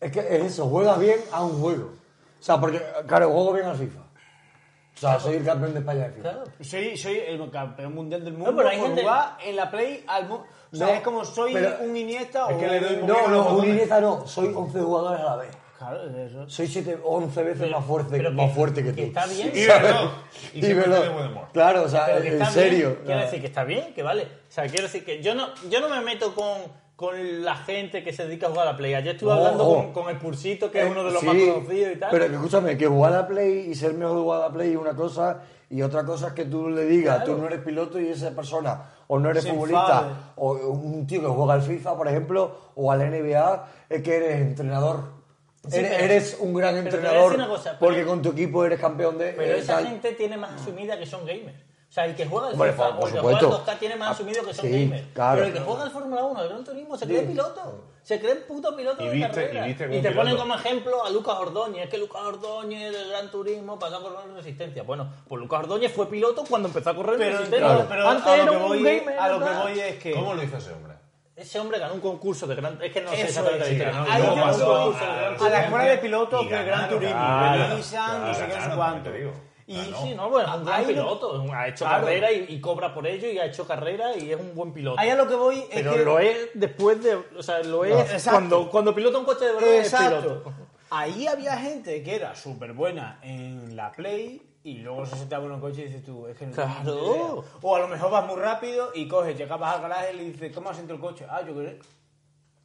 [SPEAKER 3] Es que es eso, juegas bien a un juego. O sea, porque, claro, juego bien al FIFA. O sea, soy el campeón de España de FIFA.
[SPEAKER 1] Claro.
[SPEAKER 2] Soy, soy el campeón mundial del mundo.
[SPEAKER 1] pero hay
[SPEAKER 2] por
[SPEAKER 1] gente-
[SPEAKER 2] jugar en la Play al mundo. O sea,
[SPEAKER 3] No,
[SPEAKER 2] es como soy
[SPEAKER 3] pero-
[SPEAKER 2] un Iniesta
[SPEAKER 4] Es
[SPEAKER 2] o
[SPEAKER 4] que le doy
[SPEAKER 2] un-
[SPEAKER 4] un
[SPEAKER 3] No, no,
[SPEAKER 4] Botones.
[SPEAKER 3] un Iniesta no, soy 11 jugadores a la vez.
[SPEAKER 2] Claro, es eso.
[SPEAKER 3] Soy 7, 11 veces más fuerte,
[SPEAKER 1] pero
[SPEAKER 3] más
[SPEAKER 1] que-
[SPEAKER 3] fuerte que,
[SPEAKER 1] que
[SPEAKER 3] tú.
[SPEAKER 1] está bien.
[SPEAKER 4] Y
[SPEAKER 3] ¿Sabes?
[SPEAKER 4] veloz. Y siempre
[SPEAKER 3] veloz.
[SPEAKER 4] tiene buen humor.
[SPEAKER 3] Claro, o sea,
[SPEAKER 1] Pero que
[SPEAKER 3] en
[SPEAKER 1] está bien,
[SPEAKER 3] serio.
[SPEAKER 1] Quiero decir que está bien, que vale. O sea, quiero decir que yo no, yo no me meto con, con la gente que se dedica a jugar a la Play. Ayer estuve
[SPEAKER 3] No,
[SPEAKER 1] hablando
[SPEAKER 3] no.
[SPEAKER 1] con, con el Pursito, que es uno de los
[SPEAKER 3] Eh, Sí,
[SPEAKER 1] más conocidos y tal.
[SPEAKER 3] Pero que escúchame, que jugar a la Play y ser mejor jugador a la Play es una cosa, y otra cosa es que tú le digas,
[SPEAKER 1] Claro.
[SPEAKER 3] tú no eres piloto y esa persona, o no eres
[SPEAKER 2] Se
[SPEAKER 3] futbolista,
[SPEAKER 2] enfade.
[SPEAKER 3] o un tío que juega al FIFA, por ejemplo, o al NBA, es que eres entrenador.
[SPEAKER 1] Sí,
[SPEAKER 3] eres,
[SPEAKER 1] pero-
[SPEAKER 3] eres un
[SPEAKER 1] pero te
[SPEAKER 3] gran
[SPEAKER 1] voy a
[SPEAKER 3] entrenador
[SPEAKER 1] decir una cosa, pero-
[SPEAKER 3] porque con tu equipo eres campeón de.
[SPEAKER 1] Pero
[SPEAKER 3] eh,
[SPEAKER 1] esa
[SPEAKER 3] tal.
[SPEAKER 1] gente tiene más asumida que son gamers. O sea, el que juega al
[SPEAKER 3] Hombre,
[SPEAKER 1] FIFA
[SPEAKER 3] por- por
[SPEAKER 1] o el que
[SPEAKER 3] supuesto.
[SPEAKER 1] juega al 2K tiene más
[SPEAKER 3] Ah,
[SPEAKER 1] asumido que son
[SPEAKER 3] sí,
[SPEAKER 1] gamers.
[SPEAKER 3] claro.
[SPEAKER 1] pero el que juega al Fórmula 1, al Gran Turismo, se cree piloto. Se cree puto piloto
[SPEAKER 4] Y
[SPEAKER 1] de
[SPEAKER 4] viste-
[SPEAKER 1] carrera.
[SPEAKER 4] y viste como
[SPEAKER 1] te
[SPEAKER 4] piloto.
[SPEAKER 1] ponen como ejemplo a Lucas Ordóñez. Es que Lucas Ordóñez del Gran Turismo pasó a correr en Resistencia. Bueno, pues Lucas Ordóñez fue piloto cuando empezó a correr en
[SPEAKER 2] Pero,
[SPEAKER 1] Resistencia.
[SPEAKER 2] pero- pero
[SPEAKER 1] Antes
[SPEAKER 2] a,
[SPEAKER 1] era
[SPEAKER 2] lo que
[SPEAKER 1] un
[SPEAKER 2] voy,
[SPEAKER 1] gamer.
[SPEAKER 2] a lo que
[SPEAKER 1] ¿verdad?
[SPEAKER 2] voy es que.
[SPEAKER 4] ¿Cómo lo hizo ese hombre?
[SPEAKER 1] Ese hombre ganó un concurso de gran... Es que no sé
[SPEAKER 2] Eso
[SPEAKER 1] exactamente
[SPEAKER 2] es,
[SPEAKER 1] la historia,
[SPEAKER 4] Ah,
[SPEAKER 1] ¿no?
[SPEAKER 2] ahí
[SPEAKER 1] Luego
[SPEAKER 2] yo no
[SPEAKER 1] Ah, pasó
[SPEAKER 2] puedo
[SPEAKER 4] a-
[SPEAKER 2] irse,
[SPEAKER 1] al Gran
[SPEAKER 2] a la
[SPEAKER 1] Turismo.
[SPEAKER 2] escuela de pilotos
[SPEAKER 4] Ah, y
[SPEAKER 2] que el Gran
[SPEAKER 4] ganaron,
[SPEAKER 2] Turismo,
[SPEAKER 4] claro,
[SPEAKER 2] el Nissan,
[SPEAKER 4] claro,
[SPEAKER 2] y se queda
[SPEAKER 4] ganaron,
[SPEAKER 2] su cuánto.
[SPEAKER 4] te digo.
[SPEAKER 2] Y
[SPEAKER 4] Ganó.
[SPEAKER 1] Sí, Ah, no, bueno, es un gran
[SPEAKER 2] Ahí lo-
[SPEAKER 1] piloto. Ha hecho
[SPEAKER 2] Claro.
[SPEAKER 1] carrera y, y cobra por ello y ha hecho carrera y es un buen piloto.
[SPEAKER 2] Ahí a lo que voy es
[SPEAKER 1] Pero
[SPEAKER 2] que.
[SPEAKER 1] lo es después de... O sea, lo
[SPEAKER 2] No,
[SPEAKER 1] es
[SPEAKER 2] exacto.
[SPEAKER 1] cuando, cuando pilota un coche de
[SPEAKER 3] Eh,
[SPEAKER 1] verdad es
[SPEAKER 2] Exacto.
[SPEAKER 1] piloto.
[SPEAKER 2] Eh, Ahí había gente que era súper buena en la Play y luego se sentaba en un coche y dices tú, es que no tengo ni
[SPEAKER 1] Claro.
[SPEAKER 2] idea. O a lo mejor vas muy rápido y coges, llegabas al garaje y le dices, ¿cómo asiento el coche? Ah, yo creo.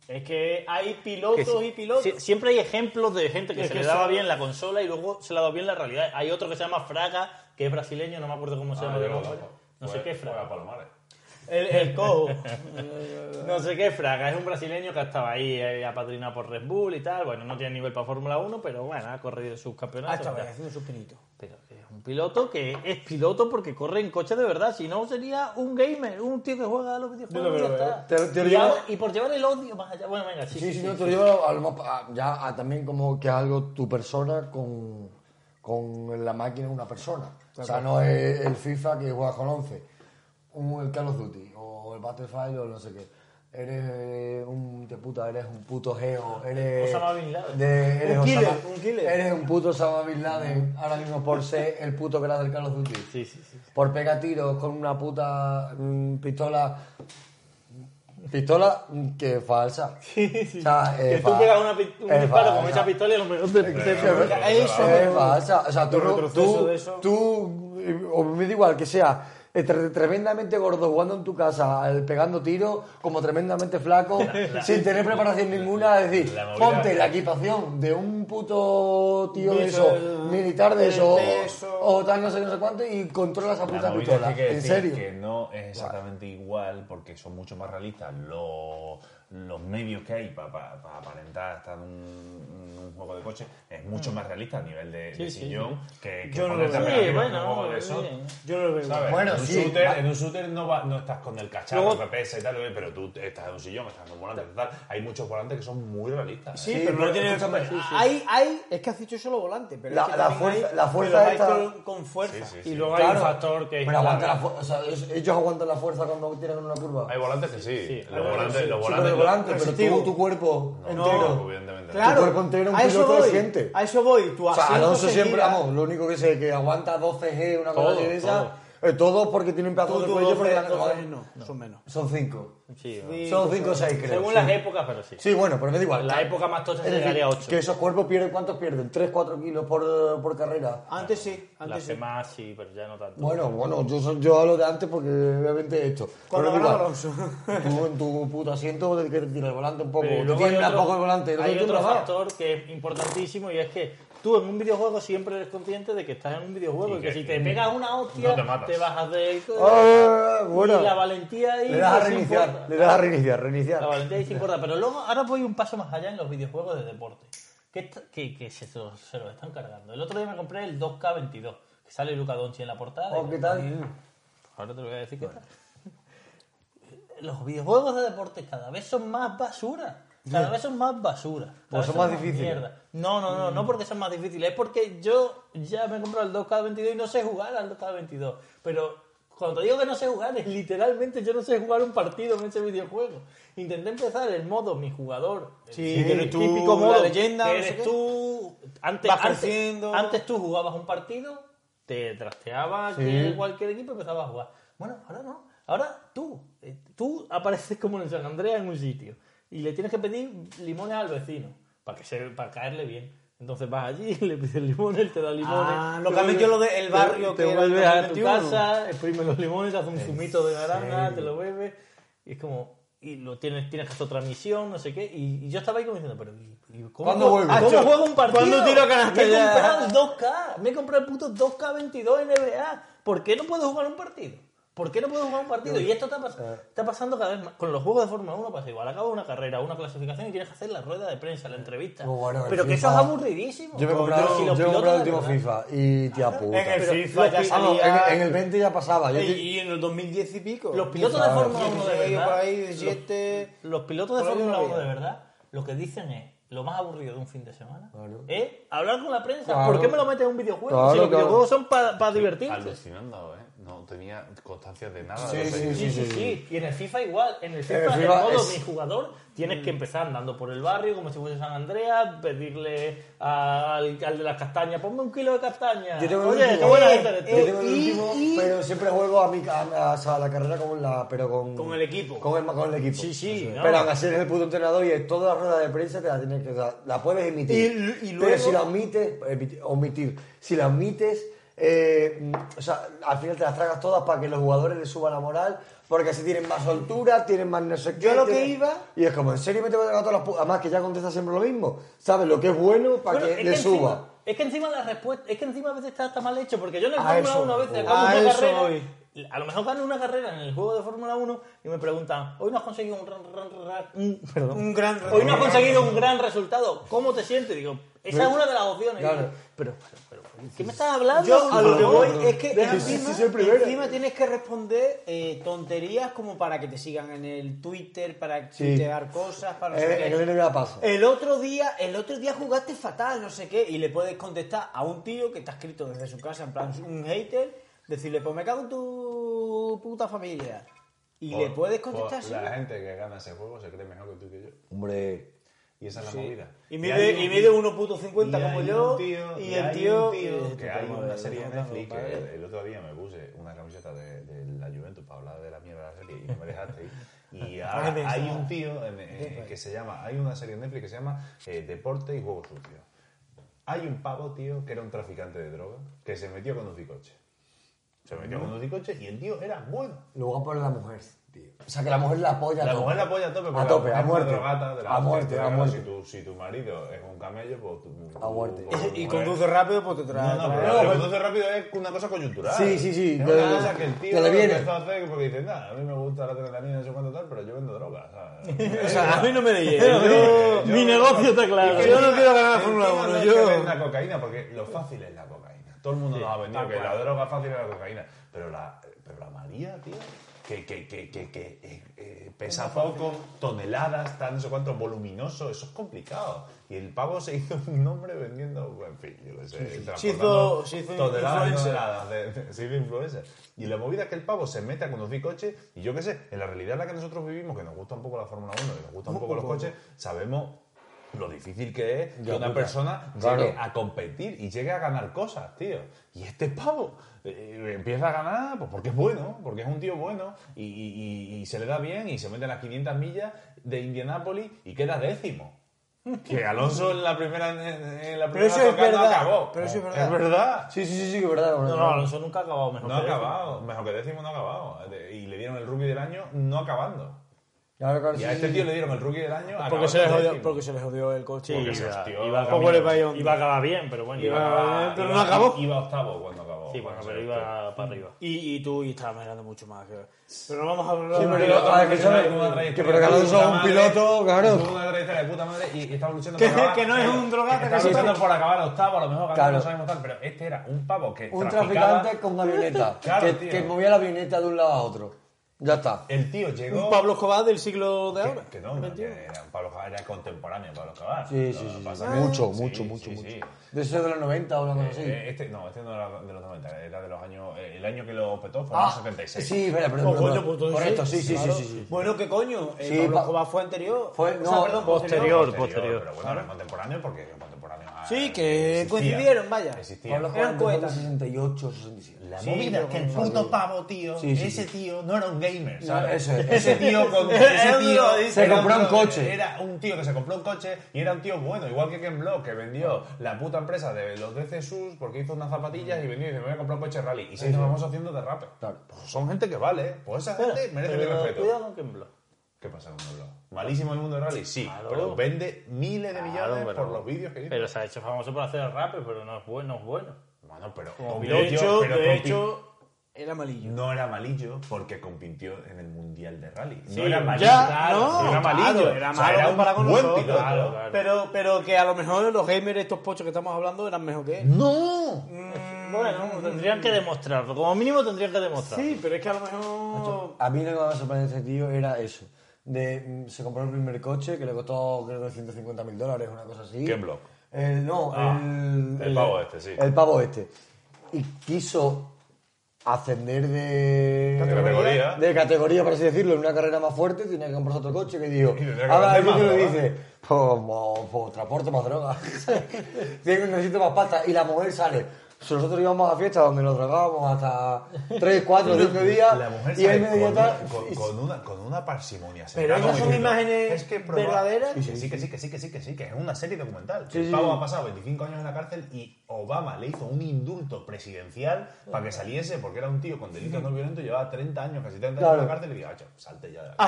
[SPEAKER 2] Es que hay
[SPEAKER 1] Que
[SPEAKER 2] pilotos
[SPEAKER 1] sí.
[SPEAKER 2] y pilotos.
[SPEAKER 1] Sí, siempre hay ejemplos de gente que
[SPEAKER 2] Es
[SPEAKER 1] se
[SPEAKER 2] que
[SPEAKER 1] le daba
[SPEAKER 2] eso-
[SPEAKER 1] bien la consola y luego se le ha dado bien la realidad. Hay otro que se llama Fraga, que es brasileño, no me acuerdo cómo se
[SPEAKER 4] Ah,
[SPEAKER 1] llama.
[SPEAKER 4] yo
[SPEAKER 1] de
[SPEAKER 4] lo
[SPEAKER 1] nombre.
[SPEAKER 4] conozco.
[SPEAKER 1] No sé
[SPEAKER 4] Fue-
[SPEAKER 1] qué
[SPEAKER 4] fue a
[SPEAKER 1] Fraga.
[SPEAKER 4] Palomares.
[SPEAKER 2] El, el cojo.
[SPEAKER 1] No sé qué, Fraga es un brasileño que estaba ahí eh, apadrinado por Red Bull y tal. Bueno, no tiene nivel para Fórmula 1, pero bueno, ha corrido sus
[SPEAKER 2] Ah,
[SPEAKER 1] campeonatos.
[SPEAKER 2] esta vez,
[SPEAKER 1] tal.
[SPEAKER 2] haciendo sus pinitos.
[SPEAKER 1] Pero es un piloto que es piloto porque corre en coche de verdad. Si no, sería un gamer, un tío que juega a los
[SPEAKER 2] Yo lo
[SPEAKER 1] videojuegos. y ya
[SPEAKER 2] veo,
[SPEAKER 1] está.
[SPEAKER 3] eh. Te- te lo
[SPEAKER 1] y,
[SPEAKER 3] llevo-
[SPEAKER 1] ahora- y por llevar el odio más allá. Bueno, venga, sí.
[SPEAKER 3] Sí, sí, no, te lo llevo a lo más, a- ya a también como que es algo tu persona con, con la máquina de una persona. O sea, no es el FIFA que juega con 11, un, el Call of Duty o el Battlefield o no sé qué. Eres eh, un de puta, eres un puto geo, eres.
[SPEAKER 1] Osama Bin Laden.
[SPEAKER 3] de- eres
[SPEAKER 2] Un killer,
[SPEAKER 3] Osama-
[SPEAKER 2] un killer.
[SPEAKER 3] Eres un puto Osama Bin Laden ahora mismo por ser el puto que era del Call of Duty.
[SPEAKER 1] Sí, sí, sí.
[SPEAKER 3] Por pegar tiros con una puta mm, pistola Pistola mm, que falsa. O sea,
[SPEAKER 1] que
[SPEAKER 3] es
[SPEAKER 1] tú
[SPEAKER 3] fa-
[SPEAKER 1] pegas una pi- un
[SPEAKER 3] es
[SPEAKER 1] disparo con
[SPEAKER 3] falsa.
[SPEAKER 1] esa pistola y a lo mejor te, te-
[SPEAKER 3] Es fa- es falsa. O sea, tú,
[SPEAKER 2] Los
[SPEAKER 3] no-
[SPEAKER 2] retrocesos
[SPEAKER 3] tú-
[SPEAKER 2] de eso.
[SPEAKER 3] tú, eh, o me da igual que sea eh, tre- tremendamente gordo jugando en tu casa, al- pegando tiros, como tremendamente flaco, sin tener preparación ninguna. Es decir,
[SPEAKER 4] la movida-
[SPEAKER 3] ponte la equipación de un puto tío de
[SPEAKER 2] Bicho,
[SPEAKER 3] eso,
[SPEAKER 2] el-
[SPEAKER 3] militar de
[SPEAKER 2] el
[SPEAKER 3] eso,
[SPEAKER 2] peso.
[SPEAKER 3] o, o tal, no sé, no sé cuánto, y controla esa
[SPEAKER 4] La
[SPEAKER 3] puta
[SPEAKER 4] movida es que
[SPEAKER 3] pistola.
[SPEAKER 4] hay que
[SPEAKER 3] en
[SPEAKER 4] decir
[SPEAKER 3] serio.
[SPEAKER 4] que no es exactamente igual porque son mucho más realistas lo- los medios que hay para aparentar estar en un, en un juego de coche. Es mucho más realista a nivel de, de
[SPEAKER 1] sí,
[SPEAKER 4] sillón que, que
[SPEAKER 2] Yo no
[SPEAKER 4] ponerte
[SPEAKER 2] lo
[SPEAKER 4] a
[SPEAKER 1] veo. Sí,
[SPEAKER 4] pegar tiros en un
[SPEAKER 1] bueno,
[SPEAKER 4] juego de esos.
[SPEAKER 1] bien.
[SPEAKER 2] Yo no lo veo.
[SPEAKER 4] ¿Sabes?
[SPEAKER 3] Bueno,
[SPEAKER 4] en, un
[SPEAKER 3] sí,
[SPEAKER 4] shooter,
[SPEAKER 3] va-
[SPEAKER 4] en un shooter no, va- no estás con el cacharro,
[SPEAKER 1] Luego-
[SPEAKER 4] FPS y tal, pero tú estás en un sillón, estás en un volante, tal. Hay muchos volantes que son muy realistas.
[SPEAKER 2] Sí,
[SPEAKER 4] ¿eh?
[SPEAKER 3] Sí,
[SPEAKER 2] pero
[SPEAKER 3] pero
[SPEAKER 2] no tiene
[SPEAKER 3] escúchame, sí, sí.
[SPEAKER 2] Hay, hay, es que has dicho solo volante, pero
[SPEAKER 3] La-
[SPEAKER 2] es que
[SPEAKER 3] la
[SPEAKER 2] también
[SPEAKER 3] fuerza-
[SPEAKER 2] hay-
[SPEAKER 3] la fuerza
[SPEAKER 2] pero hay
[SPEAKER 3] esta-
[SPEAKER 2] con, con fuerza.
[SPEAKER 4] Sí, sí, sí.
[SPEAKER 1] Y luego hay
[SPEAKER 3] Claro.
[SPEAKER 1] un factor que es
[SPEAKER 3] Pero aguanta
[SPEAKER 1] clave.
[SPEAKER 3] la fuerza, o sea, ellos- ellos aguantan la fuerza cuando tiran en una curva.
[SPEAKER 4] Hay volantes que sí.
[SPEAKER 1] sí.
[SPEAKER 4] Los volantes, los
[SPEAKER 3] Sí,
[SPEAKER 4] volantes,
[SPEAKER 3] pero el volante, pero
[SPEAKER 2] resistivo.
[SPEAKER 3] tú, tu cuerpo entero.
[SPEAKER 4] no, evidentemente. no.
[SPEAKER 2] Claro,
[SPEAKER 3] Tu cuerpo entero, un
[SPEAKER 2] a eso
[SPEAKER 3] piloto lo
[SPEAKER 2] voy,
[SPEAKER 3] siente.
[SPEAKER 2] A eso voy, tu
[SPEAKER 3] O sea,
[SPEAKER 2] asiento
[SPEAKER 3] Alonso
[SPEAKER 2] se
[SPEAKER 3] siempre,
[SPEAKER 2] gira,
[SPEAKER 3] vamos, lo único que sé es que aguanta 12G, una cosa
[SPEAKER 1] Todo,
[SPEAKER 3] de esa, eh, todo porque tiene un pedazo
[SPEAKER 2] Tú,
[SPEAKER 3] de
[SPEAKER 2] tú,
[SPEAKER 3] cuello, porque la-
[SPEAKER 2] doce- doce- no, son menos.
[SPEAKER 3] son 5.
[SPEAKER 1] Sí, va.
[SPEAKER 3] Son 5 o 6, creo.
[SPEAKER 1] Según
[SPEAKER 3] sí.
[SPEAKER 1] las épocas, pero sí.
[SPEAKER 3] Sí, bueno, pero me da igual.
[SPEAKER 1] La época más tocha
[SPEAKER 3] Es
[SPEAKER 1] se
[SPEAKER 3] decir,
[SPEAKER 1] llegaría a 8.
[SPEAKER 3] Que esos cuerpos pierden, ¿cuántos pierden? 3, 4 kilos por, por carrera.
[SPEAKER 2] Antes sí,
[SPEAKER 1] Las
[SPEAKER 2] antes sí.
[SPEAKER 1] demás sí, pero ya no tanto.
[SPEAKER 3] Bueno, bueno, yo, so- yo hablo de antes porque obviamente he hecho.
[SPEAKER 2] Cuando
[SPEAKER 3] Pero me da
[SPEAKER 2] ganaba
[SPEAKER 3] igual.
[SPEAKER 2] Alonso.
[SPEAKER 3] Tú en tu puto asiento te quieres tirar el volante un poco.
[SPEAKER 1] Pero
[SPEAKER 3] Tú
[SPEAKER 1] luego hay
[SPEAKER 3] tienes un
[SPEAKER 1] otro-
[SPEAKER 3] poco el volante. no
[SPEAKER 1] hay
[SPEAKER 3] te Ah,
[SPEAKER 1] otro
[SPEAKER 3] tiembla nada.
[SPEAKER 1] factor que es importantísimo y es que tú en un videojuego siempre eres consciente de que estás en un videojuego
[SPEAKER 4] Y
[SPEAKER 1] y que,
[SPEAKER 4] que-
[SPEAKER 1] si te pegas una hostia,
[SPEAKER 4] no te matas.
[SPEAKER 1] bajas del
[SPEAKER 3] Ah, bueno.
[SPEAKER 1] Y la valentía ahí
[SPEAKER 3] Le das a
[SPEAKER 1] sí
[SPEAKER 3] reiniciar,
[SPEAKER 1] importa.
[SPEAKER 3] le das a reiniciar,
[SPEAKER 1] La
[SPEAKER 3] reiniciar.
[SPEAKER 1] valentía ahí sí importa. Pero luego, ahora voy un paso más allá en los videojuegos de deporte. Que, esta- que, que se, lo- se lo están cargando. El otro día me compré el 2K22, que sale Luca Doncic en la portada.
[SPEAKER 3] ¿O qué tal?
[SPEAKER 1] Ahora te lo voy a decir que tal. Los videojuegos de deporte cada vez son más basura. Cada vez son más basura. Cada vez
[SPEAKER 3] Pues son más difíciles.
[SPEAKER 1] mierda. No, no, no, no porque sean más difíciles. Es porque yo ya me he comprado el 2K22 y no sé jugar al 2K22. Pero cuando te digo que no sé jugar, es literalmente yo no sé jugar un partido en ese videojuego. Intenté empezar el modo mi jugador.
[SPEAKER 2] Sí,
[SPEAKER 1] el
[SPEAKER 2] eres tú, la leyenda,
[SPEAKER 1] que
[SPEAKER 2] no sé
[SPEAKER 1] eres
[SPEAKER 2] qué.
[SPEAKER 1] tú. Antes,
[SPEAKER 2] Vas
[SPEAKER 1] antes,
[SPEAKER 2] creciendo.
[SPEAKER 1] antes tú jugababas un partido, te trasteabas que cualquier equipo y empezabas a jugar. Bueno, ahora no. Ahora tú, eh, tú apareces como en San Andreas en un sitio y le tienes que pedir limones al vecino para que se, para caerle bien. Entonces vas allí, le pides limones, él te da limones.
[SPEAKER 2] Ah, lo
[SPEAKER 1] te
[SPEAKER 2] que han
[SPEAKER 1] vuelve-
[SPEAKER 2] metido lo de el
[SPEAKER 1] te-
[SPEAKER 2] barrio
[SPEAKER 1] te
[SPEAKER 2] que era el
[SPEAKER 1] vuelves a tu
[SPEAKER 2] 2021.
[SPEAKER 1] casa, exprime los limones, hace un zumito de naranja, te lo bebes y es como y lo tienes tienes que hacer otra misión, no sé qué, y, y yo estaba ahí como diciendo, pero ¿y- y cómo,
[SPEAKER 3] ¿Cuándo vuelve?
[SPEAKER 1] ¿cómo
[SPEAKER 3] Acho,
[SPEAKER 1] juego un partido?
[SPEAKER 2] ¿cuándo tiro canasta
[SPEAKER 1] Me he
[SPEAKER 2] ya?
[SPEAKER 1] comprado el 2K, me he comprado el puto 2K22 NBA. ¿Por qué no puedo jugar un partido? ¿Por qué no puedo jugar un partido? Y esto está, pas-
[SPEAKER 3] Ah.
[SPEAKER 1] está pasando cada vez más. Con los juegos de Fórmula 1 pasa igual. Acabas una carrera, una clasificación y tienes que hacer la rueda de prensa, la entrevista.
[SPEAKER 3] Muy Oh, bueno, el
[SPEAKER 1] pero que eso
[SPEAKER 3] FIFA.
[SPEAKER 1] es aburridísimo.
[SPEAKER 3] Yo me he
[SPEAKER 1] Pero
[SPEAKER 3] comprado,
[SPEAKER 1] si
[SPEAKER 3] yo
[SPEAKER 1] los
[SPEAKER 3] me he
[SPEAKER 1] pilotos
[SPEAKER 3] comprado el
[SPEAKER 1] de
[SPEAKER 3] último
[SPEAKER 1] verdad-
[SPEAKER 3] FIFA y tía puta.
[SPEAKER 2] En el
[SPEAKER 1] Pero
[SPEAKER 2] FIFA ya
[SPEAKER 1] los-
[SPEAKER 3] Ah, no,
[SPEAKER 2] salía...
[SPEAKER 3] en, en el 20 ya pasaba. Yo,
[SPEAKER 2] y,
[SPEAKER 3] te-
[SPEAKER 2] y en el 2010 y pico.
[SPEAKER 1] Los pilotos de Fórmula 1 de
[SPEAKER 2] 16 o por
[SPEAKER 1] verdad.
[SPEAKER 2] ahí, 17...
[SPEAKER 1] Los pilotos de
[SPEAKER 2] Por ahí
[SPEAKER 1] Fórmula
[SPEAKER 2] no
[SPEAKER 1] 1 de
[SPEAKER 2] había.
[SPEAKER 1] verdad, lo que dicen es, lo más aburrido de un fin de semana
[SPEAKER 3] Claro.
[SPEAKER 1] es hablar con la prensa.
[SPEAKER 3] Claro.
[SPEAKER 1] ¿Por qué me lo metes en un videojuego?
[SPEAKER 3] Claro,
[SPEAKER 1] si los
[SPEAKER 3] claro.
[SPEAKER 1] videojuegos son para divertirse.
[SPEAKER 4] Alucinando, ¿eh? No tenía constancia de nada.
[SPEAKER 3] Sí,
[SPEAKER 4] de lo que
[SPEAKER 3] sí,
[SPEAKER 1] Sí, sí,
[SPEAKER 3] sí.
[SPEAKER 1] sí. Y en el FIFA igual. En el FIFA,
[SPEAKER 3] el
[SPEAKER 1] en el
[SPEAKER 3] FIFA
[SPEAKER 1] modo
[SPEAKER 3] es- Mm.
[SPEAKER 1] mi jugador, tienes que empezar andando por el barrio como si fuese San Andreas, pedirle al, al de las castañas, ponme un kilo de castaña.
[SPEAKER 3] yo tengo el
[SPEAKER 1] Oye, qué
[SPEAKER 3] último,
[SPEAKER 1] buena
[SPEAKER 3] eh,
[SPEAKER 1] gente eres tú".
[SPEAKER 3] yo tengo el
[SPEAKER 2] Y-
[SPEAKER 3] último,
[SPEAKER 2] y-
[SPEAKER 3] pero siempre juego a, mi, a, a- o sea, a la carrera con la, pero con,
[SPEAKER 2] Con el equipo.
[SPEAKER 3] Con el, con el equipo.
[SPEAKER 1] Sí, sí,
[SPEAKER 3] Eso es.
[SPEAKER 1] no.
[SPEAKER 3] Pero aún así eres el puto entrenador y en toda la rueda de prensa te la tienes que dar. La puedes emitir.
[SPEAKER 2] Y- y luego-
[SPEAKER 3] Pero si la omites, emitir, omitir. Si la omites, eh, mm, o sea, al final te las tragas todas para que los jugadores les suban la moral. Porque así tienen más soltura, tienen más no sé qué.
[SPEAKER 2] Yo lo que
[SPEAKER 3] tienen-
[SPEAKER 2] iba-
[SPEAKER 3] Y es como, ¿en serio me tengo que tragar todas las putas? Además que ya contesta siempre lo mismo. ¿Sabes? Lo que es bueno para
[SPEAKER 1] Bueno,
[SPEAKER 3] que
[SPEAKER 1] es
[SPEAKER 3] le
[SPEAKER 1] encima-
[SPEAKER 3] suba.
[SPEAKER 1] es que encima la respuesta, es que encima a veces está hasta mal hecho, porque yo en el
[SPEAKER 3] A
[SPEAKER 1] Fórmula
[SPEAKER 3] eso
[SPEAKER 1] 1 a veces
[SPEAKER 3] voy.
[SPEAKER 1] acabo
[SPEAKER 2] A
[SPEAKER 1] una
[SPEAKER 2] eso
[SPEAKER 1] carrera
[SPEAKER 2] voy.
[SPEAKER 1] A lo mejor gano una carrera en el juego de Fórmula 1 y me preguntan, hoy no has conseguido un, ran- ran- ran- un- perdón.
[SPEAKER 2] Un gran
[SPEAKER 1] Hoy no has
[SPEAKER 2] resultado.
[SPEAKER 1] conseguido un gran resultado. ¿Cómo te sientes? Digo, esa es una de las opciones.
[SPEAKER 3] Claro.
[SPEAKER 1] Digo, Pero, pero, pero, ¿qué me estás hablando?
[SPEAKER 2] Yo a lo que
[SPEAKER 1] Por favor.
[SPEAKER 2] voy es que
[SPEAKER 3] Deja-
[SPEAKER 2] encima,
[SPEAKER 3] sí, soy primero.
[SPEAKER 2] encima tienes que responder eh, tonterías como para que te sigan en el Twitter, para
[SPEAKER 3] Sí.
[SPEAKER 2] tuitear cosas, para no sé qué.
[SPEAKER 3] En el NBA pasa.
[SPEAKER 2] Eh,
[SPEAKER 4] Eh.
[SPEAKER 2] El otro día, el otro día jugaste fatal, no sé qué, y le puedes contestar a un tío que está escrito desde su casa, en plan un hater, decirle, pues me cago en tu puta familia. Y le
[SPEAKER 4] Por-
[SPEAKER 2] puedes
[SPEAKER 4] por
[SPEAKER 2] contestar así.
[SPEAKER 4] La gente que gana ese juego se cree mejor que tú y que yo.
[SPEAKER 3] Hombre,
[SPEAKER 4] Y esa es la movida.
[SPEAKER 2] Y
[SPEAKER 4] hay
[SPEAKER 2] mide,
[SPEAKER 4] un-
[SPEAKER 2] y mide
[SPEAKER 4] y
[SPEAKER 2] 1.50 como
[SPEAKER 4] hay
[SPEAKER 2] yo,
[SPEAKER 4] un tío-
[SPEAKER 2] y
[SPEAKER 4] y
[SPEAKER 2] el
[SPEAKER 4] hay
[SPEAKER 2] tío...
[SPEAKER 4] un tío
[SPEAKER 2] eh,
[SPEAKER 4] que hay una serie de Netflix que el, el otro día me puse una camiseta de, de la Juventus para hablar de la mierda de la serie y no me dejaste ir. Y
[SPEAKER 3] Ah,
[SPEAKER 4] ahora
[SPEAKER 2] Ay, me
[SPEAKER 4] hay
[SPEAKER 2] estaba-
[SPEAKER 4] un tío en- eh, que se llama, hay una serie en Netflix que se llama eh, Deporte y Juego Sucio. Hay un pavo, tío, que era un traficante de droga, que se metió con un cicoche. Se
[SPEAKER 3] Mm.
[SPEAKER 4] metió con un cicoche y el tío era bueno.
[SPEAKER 3] Lo voy a poner la mujer, tío. O sea, que la mujer la apoya a
[SPEAKER 4] La
[SPEAKER 3] tope.
[SPEAKER 4] mujer la apoya a tope. porque
[SPEAKER 3] A tope,
[SPEAKER 4] la
[SPEAKER 3] a
[SPEAKER 4] mujer
[SPEAKER 3] muerte.
[SPEAKER 4] es una drogata de la
[SPEAKER 3] A muerte,
[SPEAKER 4] hostia,
[SPEAKER 3] a
[SPEAKER 4] claro, Si
[SPEAKER 3] muerte.
[SPEAKER 4] tu, si tu marido es un camello, pues tú...
[SPEAKER 3] A muerte.
[SPEAKER 2] Y conduce rápido, pues te trae...
[SPEAKER 4] No, no,
[SPEAKER 2] trae-
[SPEAKER 4] pero lo que conduce rápido es una cosa coyuntural.
[SPEAKER 3] Sí, sí, sí,
[SPEAKER 4] Es
[SPEAKER 3] que-
[SPEAKER 4] una cosa que el tío
[SPEAKER 3] que le viene.
[SPEAKER 4] empezó a hacer porque dice, nada, a mí me gusta la adrenalina, no sé cuánto tal, pero yo vendo drogas.
[SPEAKER 2] O sea, a mí no me de
[SPEAKER 1] Yo- mi negocio está claro.
[SPEAKER 2] Yo no quiero ganar la Fórmula 1,
[SPEAKER 4] uno
[SPEAKER 2] yo-
[SPEAKER 4] Que venda cocaína, porque lo fácil es la cocaína. Todo el mundo nos ha vendido que la droga fácil es la cocaína. Pero la, pero la María, tío, que, que, que, que, que eh, eh, pesa poco, toneladas, tal, no sé cuánto, voluminoso, eso es complicado. Y el pavo se hizo un nombre vendiendo, bueno, en fin, yo qué sé,
[SPEAKER 2] Se hizo- se hizo
[SPEAKER 4] toneladas, y
[SPEAKER 2] influencer.
[SPEAKER 4] toneladas de- de- se hizo influencer. Y la movida es que el pavo se mete a conducir coches y yo qué sé, en la realidad en la que nosotros vivimos, que nos gusta un poco la Fórmula 1, que nos gusta un poco los coches, sabemos lo difícil que es que
[SPEAKER 3] Ya,
[SPEAKER 4] una
[SPEAKER 3] puta.
[SPEAKER 4] persona
[SPEAKER 3] Claro.
[SPEAKER 4] llegue a competir y llegue a ganar cosas, tío. Y este pavo eh, empieza a ganar pues porque es bueno, porque es un tío bueno y, y- y- y se le da bien y se mete a las 500 millas de Indianápolis y queda décimo. Que Alonso en la primera, en- en la primera
[SPEAKER 2] eso es
[SPEAKER 4] tocada
[SPEAKER 2] verdad,
[SPEAKER 4] acabó.
[SPEAKER 2] pero eso es
[SPEAKER 4] Es
[SPEAKER 2] verdad.
[SPEAKER 4] verdad.
[SPEAKER 3] Sí, sí, sí, sí, que es verdad.
[SPEAKER 1] No,
[SPEAKER 3] verdad.
[SPEAKER 1] no, Alonso nunca ha acabado mejor.
[SPEAKER 4] No ha
[SPEAKER 1] que yo.
[SPEAKER 4] acabado, mejor que décimo no ha acabado. De- Y le dieron el rookie del año no acabando.
[SPEAKER 3] Claro, claro,
[SPEAKER 4] Y
[SPEAKER 3] sí,
[SPEAKER 4] a este
[SPEAKER 3] sí.
[SPEAKER 4] tío le dieron el rookie del año
[SPEAKER 2] Porque se, les jodió,
[SPEAKER 4] jodió,
[SPEAKER 2] porque se les jodió el coche.
[SPEAKER 4] Porque
[SPEAKER 1] Sí,
[SPEAKER 4] se
[SPEAKER 1] iba,
[SPEAKER 4] hostió
[SPEAKER 1] iba,
[SPEAKER 4] el
[SPEAKER 1] como-
[SPEAKER 4] camino.
[SPEAKER 1] iba, a acabar bien, pero bueno.
[SPEAKER 2] Iba- pero no
[SPEAKER 4] Ah, iba-
[SPEAKER 2] acabó.
[SPEAKER 4] Iba octavo cuando acabó.
[SPEAKER 1] sí, bueno,
[SPEAKER 4] Cuando
[SPEAKER 1] pero
[SPEAKER 4] se-
[SPEAKER 1] iba para arriba.
[SPEAKER 2] Y, y tú y estabas mirando mucho más. que- Pero no vamos a hablar
[SPEAKER 3] Sí,
[SPEAKER 2] de-
[SPEAKER 3] pero
[SPEAKER 4] Piloto
[SPEAKER 3] Ah, que
[SPEAKER 4] profesional
[SPEAKER 3] sabe-
[SPEAKER 4] con una trayectoria
[SPEAKER 3] que pero que
[SPEAKER 4] de
[SPEAKER 3] Alonso
[SPEAKER 4] puta
[SPEAKER 3] es un
[SPEAKER 4] madre,
[SPEAKER 3] piloto, claro.
[SPEAKER 4] tuvo Una trayectoria de puta madre y, y estaba luchando
[SPEAKER 2] Que-
[SPEAKER 4] por acabar-
[SPEAKER 2] que no es un drogata,
[SPEAKER 4] que
[SPEAKER 2] que
[SPEAKER 4] Estaba
[SPEAKER 2] sí.
[SPEAKER 4] luchando por acabar octavo, a lo mejor ganó,
[SPEAKER 3] Claro.
[SPEAKER 4] no sabemos tal, pero este era un pavo que
[SPEAKER 3] Un
[SPEAKER 4] traficaba.
[SPEAKER 3] traficante con una avioneta.
[SPEAKER 4] Claro,
[SPEAKER 3] que,
[SPEAKER 4] tío.
[SPEAKER 3] que movía la avioneta de un lado a otro. Ya está.
[SPEAKER 4] El tío llegó...
[SPEAKER 2] Un Pablo Escobar del siglo de ahora.
[SPEAKER 4] Que, que no, no, que era, Pablo Escobar era contemporáneo, Pablo Escobar.
[SPEAKER 3] Sí, sí,
[SPEAKER 4] Lo que
[SPEAKER 3] sí, sí.
[SPEAKER 4] pasa que-
[SPEAKER 3] Mucho,
[SPEAKER 4] sí,
[SPEAKER 3] mucho,
[SPEAKER 4] sí,
[SPEAKER 3] mucho,
[SPEAKER 4] sí.
[SPEAKER 3] mucho. De ese de los 90 o algo así.
[SPEAKER 4] Eh, este, no, este no era de los 90, era de los años. eh, El año que lo petó fue en
[SPEAKER 3] ah,
[SPEAKER 4] el 76.
[SPEAKER 3] sí, espera,
[SPEAKER 4] Oh,
[SPEAKER 3] perdón,
[SPEAKER 2] Ojo,
[SPEAKER 3] perdón.
[SPEAKER 2] yo, pues, entonces,
[SPEAKER 3] Correcto, sí, sí,
[SPEAKER 2] claro.
[SPEAKER 3] sí, sí, sí.
[SPEAKER 2] Bueno, ¿qué coño? El
[SPEAKER 3] Sí,
[SPEAKER 2] Pablo
[SPEAKER 3] pa-
[SPEAKER 2] Escobar fue anterior.
[SPEAKER 3] Fue-
[SPEAKER 2] O sea,
[SPEAKER 3] no,
[SPEAKER 2] perdón,
[SPEAKER 1] posterior.
[SPEAKER 4] Pero bueno,
[SPEAKER 3] Ah.
[SPEAKER 4] era contemporáneo porque contemporáneo. a-
[SPEAKER 2] Sí, que
[SPEAKER 4] existía.
[SPEAKER 2] coincidieron, vaya.
[SPEAKER 4] Existía.
[SPEAKER 3] Pablo
[SPEAKER 2] Eran
[SPEAKER 3] Juan empezó en
[SPEAKER 2] cohetas.
[SPEAKER 3] 68, 67.
[SPEAKER 4] La
[SPEAKER 3] Sí,
[SPEAKER 4] movida
[SPEAKER 3] yo
[SPEAKER 4] es que el
[SPEAKER 3] creo que
[SPEAKER 4] puto
[SPEAKER 3] sí.
[SPEAKER 4] pavo, tío,
[SPEAKER 3] Sí, sí,
[SPEAKER 4] ese
[SPEAKER 3] sí.
[SPEAKER 4] tío no era un gamer,
[SPEAKER 3] No,
[SPEAKER 4] ¿sabes?
[SPEAKER 3] eso es,
[SPEAKER 4] ese
[SPEAKER 3] eso es.
[SPEAKER 4] tío, con,
[SPEAKER 2] Era
[SPEAKER 4] ese
[SPEAKER 2] un
[SPEAKER 4] tío
[SPEAKER 2] drogadicto.
[SPEAKER 3] Se
[SPEAKER 4] era
[SPEAKER 3] compró un
[SPEAKER 4] dro-
[SPEAKER 3] coche.
[SPEAKER 4] Era un tío que se compró un coche y era un tío bueno, igual que Ken Block, que vendió la puta empresa de los de Jesús porque hizo unas zapatillas y vendió y dice, me voy a comprar un coche rally. Y se hizo famoso haciendo derrape.
[SPEAKER 3] Claro.
[SPEAKER 4] Pues son gente que vale, ¿eh? pues esa gente merece mi
[SPEAKER 1] Pero
[SPEAKER 4] respeto.
[SPEAKER 1] cuidado con Ken Block.
[SPEAKER 4] ¿Qué pasa con Ken Block? Malísimo el mundo del rally, sí, pero vende miles de millones
[SPEAKER 1] Claro, pero-
[SPEAKER 4] por los vídeos que hizo.
[SPEAKER 1] Pero se ha hecho famoso por hacer rap, pero no es bueno, no es bueno.
[SPEAKER 4] bueno, pero...
[SPEAKER 2] De
[SPEAKER 4] compitió,
[SPEAKER 2] hecho,
[SPEAKER 4] pero
[SPEAKER 2] de
[SPEAKER 4] compi-
[SPEAKER 2] hecho, era malillo.
[SPEAKER 4] No era malillo porque compitió en el Mundial de Rally.
[SPEAKER 1] Sí,
[SPEAKER 4] no era
[SPEAKER 1] ya,
[SPEAKER 4] malillo.
[SPEAKER 2] no,
[SPEAKER 4] era malillo.
[SPEAKER 2] claro, era
[SPEAKER 4] O sea,
[SPEAKER 2] malo
[SPEAKER 4] era un
[SPEAKER 2] comparado con
[SPEAKER 4] buen
[SPEAKER 2] nosotros.
[SPEAKER 4] piloto.
[SPEAKER 1] Claro, claro.
[SPEAKER 2] Pero, pero que a lo mejor los gamers, estos pochos que estamos hablando, eran mejor que él.
[SPEAKER 3] ¡No!
[SPEAKER 1] Bueno, tendrían que demostrarlo. Como mínimo tendrían que demostrarlo.
[SPEAKER 2] Sí, pero es que a lo mejor.
[SPEAKER 3] A mí lo que me sorprendió de este tío era eso. De, mm, se compró el primer coche que le costó creo que 150 mil dólares, una cosa así.
[SPEAKER 4] ¿Qué blog?
[SPEAKER 3] El- no,
[SPEAKER 4] Ah,
[SPEAKER 3] el,
[SPEAKER 4] el pavo este, sí.
[SPEAKER 3] El pavo este. Y quiso ascender de
[SPEAKER 4] Categoría.
[SPEAKER 3] de categoría, por así decirlo, en una carrera más fuerte, tenía que comprarse otro coche que digo,
[SPEAKER 4] Y tendría que
[SPEAKER 3] ahora el tío
[SPEAKER 4] vender más
[SPEAKER 3] le
[SPEAKER 4] droga.
[SPEAKER 3] dice, pues, mo- pues transporte más droga, Tengo- necesito más pasta, y la mujer sale, Si nosotros íbamos a fiestas donde nos drogábamos hasta 3, 4, 5 días,
[SPEAKER 4] La mujer
[SPEAKER 3] y él
[SPEAKER 4] sale
[SPEAKER 3] me
[SPEAKER 4] con,
[SPEAKER 3] dio tal,
[SPEAKER 4] una- con- con una, con una parsimonia. se
[SPEAKER 2] Pero
[SPEAKER 4] caga
[SPEAKER 2] esas son
[SPEAKER 4] diciendo,
[SPEAKER 2] imágenes
[SPEAKER 4] proba-
[SPEAKER 2] verdaderas.
[SPEAKER 4] Que sí, que sí, que sí, que sí, que sí, que es una serie documental.
[SPEAKER 3] Sí,
[SPEAKER 4] el
[SPEAKER 3] sí,
[SPEAKER 4] pavo
[SPEAKER 3] sí.
[SPEAKER 4] ha pasado 25 años en la cárcel y Obama le hizo un indulto presidencial para que saliese porque era un tío con delitos no violentos, llevaba 30 años, casi 30 años en la
[SPEAKER 3] Claro.
[SPEAKER 4] cárcel y dijo, "Acho, salte ya de la
[SPEAKER 2] Ah,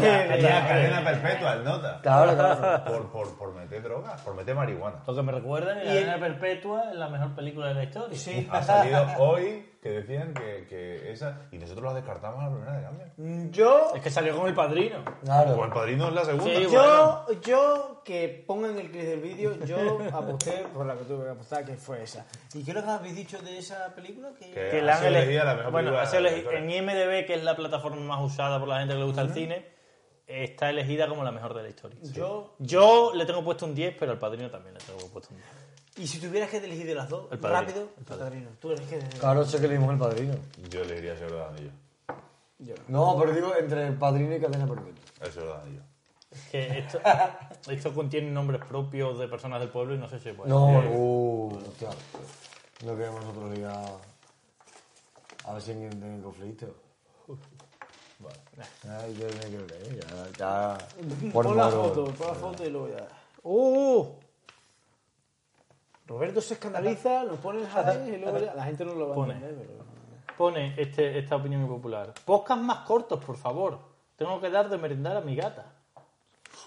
[SPEAKER 2] ya, ya, ya,
[SPEAKER 4] Tenía
[SPEAKER 2] ya.
[SPEAKER 4] cadena perpetua el nota.
[SPEAKER 3] Claro, claro.
[SPEAKER 4] Por, por, por meter droga, por meter marihuana.
[SPEAKER 1] Lo que me recuerda es la cadena perpetua es la mejor película de la historia.
[SPEAKER 4] Ha salido hoy que decían que, que esa. Y nosotros la descartamos a la primera de cambio.
[SPEAKER 2] Yo,
[SPEAKER 1] Es que salió con el padrino.
[SPEAKER 3] Claro.
[SPEAKER 4] O el padrino es la segunda.
[SPEAKER 1] Sí,
[SPEAKER 2] yo, yo, que pongan el clip del vídeo, yo aposté por la que tuve que apostar, que fue esa. ¿Y qué es lo que habéis dicho de esa película? Que...
[SPEAKER 4] Que-
[SPEAKER 1] que
[SPEAKER 4] ha
[SPEAKER 1] la han
[SPEAKER 4] sido
[SPEAKER 1] ele-
[SPEAKER 4] elegida la mejor
[SPEAKER 1] bueno,
[SPEAKER 4] película
[SPEAKER 1] ha sido
[SPEAKER 4] de la
[SPEAKER 1] elegi- en
[SPEAKER 4] historia.
[SPEAKER 1] IMDb, que es la plataforma más usada por la gente que le gusta el cine, está elegida como la mejor de la historia.
[SPEAKER 2] Yo,
[SPEAKER 1] Yo le tengo puesto un 10, pero al padrino también le tengo puesto un 10.
[SPEAKER 2] y si tuvieras que elegir de las dos,
[SPEAKER 1] El Padrino,
[SPEAKER 2] rápido,
[SPEAKER 1] el
[SPEAKER 2] el padrino. Tú eliges de-
[SPEAKER 3] Claro, sé que le dimos el padrino.
[SPEAKER 4] Yo elegiría el Señor del Anillo.
[SPEAKER 2] Yo.
[SPEAKER 3] No, pero digo entre el padrino y cadena perpetua.
[SPEAKER 4] El Señor del Anillo.
[SPEAKER 1] Es que esto, esto contiene nombres propios de personas del pueblo y no sé si Eh, puede.
[SPEAKER 3] No, uh, hostia. No queremos nosotros ligar. A ver si alguien tiene conflicto. Vale. Ay, yo tenía que ver, ya, ya.
[SPEAKER 2] Pon la
[SPEAKER 3] malo.
[SPEAKER 2] foto, pon la foto y luego ya. ¡Uh! Roberto se escandaliza, lo pone en high y luego ya. La gente no lo va
[SPEAKER 1] Pone.
[SPEAKER 2] a entender, pero.
[SPEAKER 1] Pone este, esta opinión impopular. Podcast más cortos, por favor. Tengo que dar de merendar a mi gata.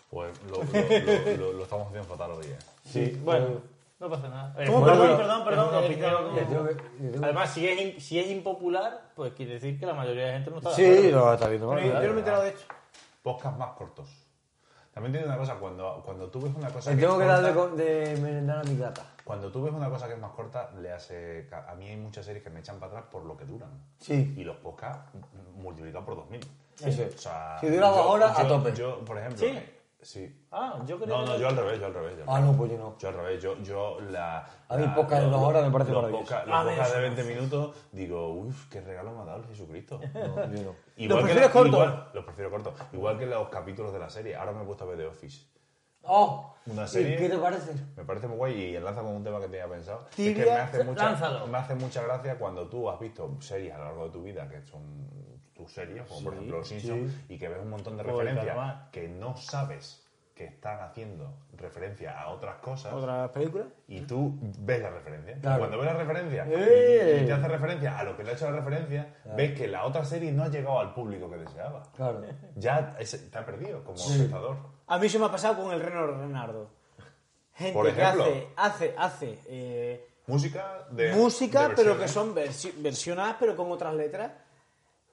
[SPEAKER 4] Pues lo, lo- lo- lo- lo estamos haciendo fatal hoy, eh.
[SPEAKER 3] Sí,
[SPEAKER 1] Bueno, no pasa nada. Eh,
[SPEAKER 2] ¿Cómo?
[SPEAKER 1] bueno,
[SPEAKER 2] Perdón,
[SPEAKER 1] perdón, perdón,
[SPEAKER 3] es una
[SPEAKER 1] eh,
[SPEAKER 3] opinión.
[SPEAKER 1] no, no.
[SPEAKER 3] Le tengo que- le tengo que-
[SPEAKER 1] Además, si es, im- si es impopular, pues quiere decir que la mayoría de gente no está de
[SPEAKER 3] Sí,
[SPEAKER 1] acuerdo.
[SPEAKER 3] lo está viendo mal.
[SPEAKER 2] Pero yo no me he enterado de esto.
[SPEAKER 4] Podcast más cortos. También tiene una cosa, cuando, cuando tú ves una cosa.
[SPEAKER 3] Le
[SPEAKER 4] que
[SPEAKER 3] tengo
[SPEAKER 4] es
[SPEAKER 3] que
[SPEAKER 4] corta-
[SPEAKER 3] dar de, co- de merendar a mi gata.
[SPEAKER 4] Cuando tú ves una cosa que es más corta, le hace. ca- A mí hay muchas series que me echan para atrás por lo que duran.
[SPEAKER 3] Sí.
[SPEAKER 4] Y los podcasts m- multiplicados por 2000.
[SPEAKER 3] Eso es.
[SPEAKER 4] O sea,
[SPEAKER 3] Si dura dos
[SPEAKER 4] yo-
[SPEAKER 3] horas, a
[SPEAKER 4] yo-
[SPEAKER 3] tope.
[SPEAKER 4] Yo, por ejemplo.
[SPEAKER 1] Sí.
[SPEAKER 4] sí.
[SPEAKER 1] Ah, yo creo
[SPEAKER 4] No,
[SPEAKER 1] que
[SPEAKER 4] no, yo al revés, yo al revés. yo al
[SPEAKER 3] Ah, no, pues yo no.
[SPEAKER 4] yo al revés, eh. yo, yo la.
[SPEAKER 3] A mí
[SPEAKER 4] la-
[SPEAKER 3] podcast de
[SPEAKER 4] lo-
[SPEAKER 3] dos
[SPEAKER 4] lo-
[SPEAKER 3] horas me parece
[SPEAKER 4] los
[SPEAKER 3] maravilloso.
[SPEAKER 4] podcast-
[SPEAKER 2] A
[SPEAKER 4] Los
[SPEAKER 2] mí
[SPEAKER 4] podcasts
[SPEAKER 2] Ah, eso
[SPEAKER 4] de
[SPEAKER 2] me
[SPEAKER 4] 20 minutos, digo, uff, qué regalo me ha dado el Jesucristo.
[SPEAKER 3] No, yo no.
[SPEAKER 4] Igual
[SPEAKER 2] Los
[SPEAKER 4] que
[SPEAKER 2] prefieres
[SPEAKER 4] la-
[SPEAKER 2] cortos.
[SPEAKER 4] igual- los prefiero cortos. Igual que los capítulos de la serie. Ahora me he puesto a ver The Office.
[SPEAKER 3] Oh,
[SPEAKER 4] Una
[SPEAKER 3] ¿y
[SPEAKER 4] serie-
[SPEAKER 3] ¿Qué te parece?
[SPEAKER 4] Me parece muy guay y enlaza con un tema que tenía pensado. Es
[SPEAKER 2] Tibia,
[SPEAKER 4] que me hace, mucha,
[SPEAKER 1] lánzalo.
[SPEAKER 4] me hace mucha gracia cuando tú has visto series a lo largo de tu vida que son tus series, como por ejemplo Los Simpsons, y que ves un montón de
[SPEAKER 1] O el
[SPEAKER 4] referencias
[SPEAKER 1] Calamar.
[SPEAKER 4] que no sabes que están haciendo referencia a otras cosas
[SPEAKER 2] ¿Otras películas?
[SPEAKER 4] y tú ves la referencia.
[SPEAKER 3] Claro.
[SPEAKER 4] Cuando ves la referencia y-
[SPEAKER 3] ¡Eh!
[SPEAKER 4] y, te hace referencia a lo que le ha hecho la referencia, ves que la otra serie no ha llegado al público que deseaba.
[SPEAKER 3] Claro.
[SPEAKER 4] Ya es- te ha perdido como espectador.
[SPEAKER 2] A mí se me ha pasado con el Reno Renardo. Gente
[SPEAKER 4] Por ejemplo.
[SPEAKER 2] que hace, hace, hace. eh,
[SPEAKER 4] Música de.
[SPEAKER 2] música,
[SPEAKER 4] de
[SPEAKER 2] pero que
[SPEAKER 4] versiones.
[SPEAKER 2] son versi- versionadas, pero con otras letras.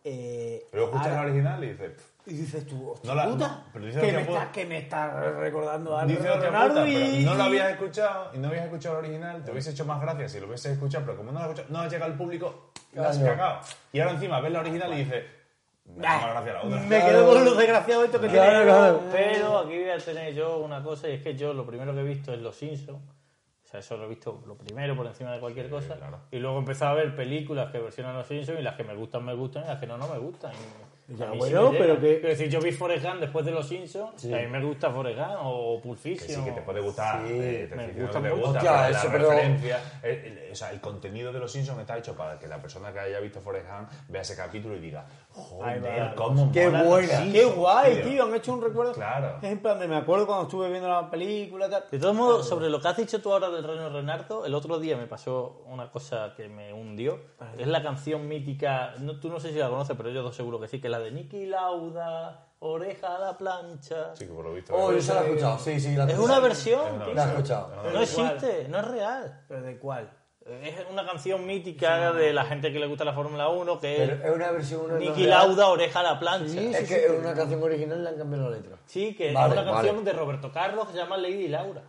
[SPEAKER 2] Eh,
[SPEAKER 4] Luego escuchas
[SPEAKER 2] ahora-
[SPEAKER 4] la original y dices.
[SPEAKER 2] Y dices tú, hostia
[SPEAKER 4] No la-
[SPEAKER 2] puta,
[SPEAKER 4] pero dice
[SPEAKER 2] que,
[SPEAKER 4] hostia
[SPEAKER 2] me
[SPEAKER 4] puta.
[SPEAKER 2] está, que me está recordando a
[SPEAKER 4] Dice otra
[SPEAKER 2] Leonardo
[SPEAKER 4] puta, pero
[SPEAKER 2] y...
[SPEAKER 4] no lo habías escuchado y no habías escuchado el original, te hubiese hecho más gracia si lo hubieses escuchado, pero como no lo has escuchado, no has llegado al público, la has
[SPEAKER 3] Claro.
[SPEAKER 4] cagado. Y ahora encima ves la original y dices, me
[SPEAKER 2] Ah,
[SPEAKER 4] hace más gracia la otra.
[SPEAKER 2] Me quedo con los desgraciados estos que
[SPEAKER 3] Claro,
[SPEAKER 2] tienen.
[SPEAKER 3] claro.
[SPEAKER 1] Pero aquí voy a tener yo una cosa, y es que yo lo primero que he visto es Los Simpsons. O sea, eso lo he visto lo primero por encima de cualquier cosa.
[SPEAKER 4] claro.
[SPEAKER 1] Y luego he empezado a ver películas que versionan Los Simpsons y las que me gustan, me gustan y las que no, no me gustan. Y
[SPEAKER 2] Ya,
[SPEAKER 1] a mí
[SPEAKER 2] bueno,
[SPEAKER 1] me
[SPEAKER 2] pero
[SPEAKER 1] llegan.
[SPEAKER 2] que-
[SPEAKER 1] Quiero decir, yo vi Forrest Gump después de Los Simpsons y a mí me gusta Forrest Gump o Pulp
[SPEAKER 4] Que
[SPEAKER 1] Fiction.
[SPEAKER 4] sí, que te puede gustar.
[SPEAKER 3] Sí,
[SPEAKER 4] eh, te
[SPEAKER 1] me
[SPEAKER 4] dice,
[SPEAKER 1] gusta
[SPEAKER 4] no te
[SPEAKER 1] mucho.
[SPEAKER 4] gusta,
[SPEAKER 3] Hostia,
[SPEAKER 4] pero
[SPEAKER 3] eso,
[SPEAKER 4] la
[SPEAKER 3] pero-
[SPEAKER 4] referencia, el- el- o sea, el contenido de los Simpsons está hecho para que la persona que haya visto Forrest Gump vea ese capítulo y diga, joder, cómo
[SPEAKER 3] Qué
[SPEAKER 4] molan los
[SPEAKER 3] buena.
[SPEAKER 4] Simpsons,
[SPEAKER 2] Qué guay,
[SPEAKER 4] tío".
[SPEAKER 2] tío. han hecho un recuerdo.
[SPEAKER 4] Claro.
[SPEAKER 2] Es en plan de, me acuerdo cuando estuve viendo la película. tal.
[SPEAKER 1] De todos modos, sobre lo que has dicho tú ahora del Reino Renardo, el otro día me pasó una cosa que me hundió. Es la canción mítica, no, tú no sé si la conoces, pero yo dos seguro que sí, que es la de Nicky Lauda, Oreja a la plancha.
[SPEAKER 4] Sí, que por lo visto.
[SPEAKER 3] Oh,
[SPEAKER 4] eh,
[SPEAKER 3] yo se la he escuchado. Sí, sí, la he
[SPEAKER 1] Es
[SPEAKER 3] escuchado.
[SPEAKER 1] una
[SPEAKER 4] es
[SPEAKER 1] versión Eh,
[SPEAKER 4] una
[SPEAKER 1] que
[SPEAKER 3] La he
[SPEAKER 4] versión,
[SPEAKER 3] escuchado.
[SPEAKER 4] es una
[SPEAKER 1] no
[SPEAKER 4] versión.
[SPEAKER 1] existe, no es real.
[SPEAKER 2] ¿Pero de cuál?
[SPEAKER 1] Es una canción mítica de la gente que le gusta la Fórmula 1, que
[SPEAKER 3] Pero
[SPEAKER 1] es
[SPEAKER 3] es una versión. Una
[SPEAKER 1] Nicky
[SPEAKER 3] real.
[SPEAKER 1] Lauda, Oreja a la plancha.
[SPEAKER 3] Es que es una canción original le han cambiado la letra.
[SPEAKER 1] Sí, que
[SPEAKER 3] Vale,
[SPEAKER 1] es una canción
[SPEAKER 3] vale.
[SPEAKER 1] de Roberto Carlos que se llama Lady Laura.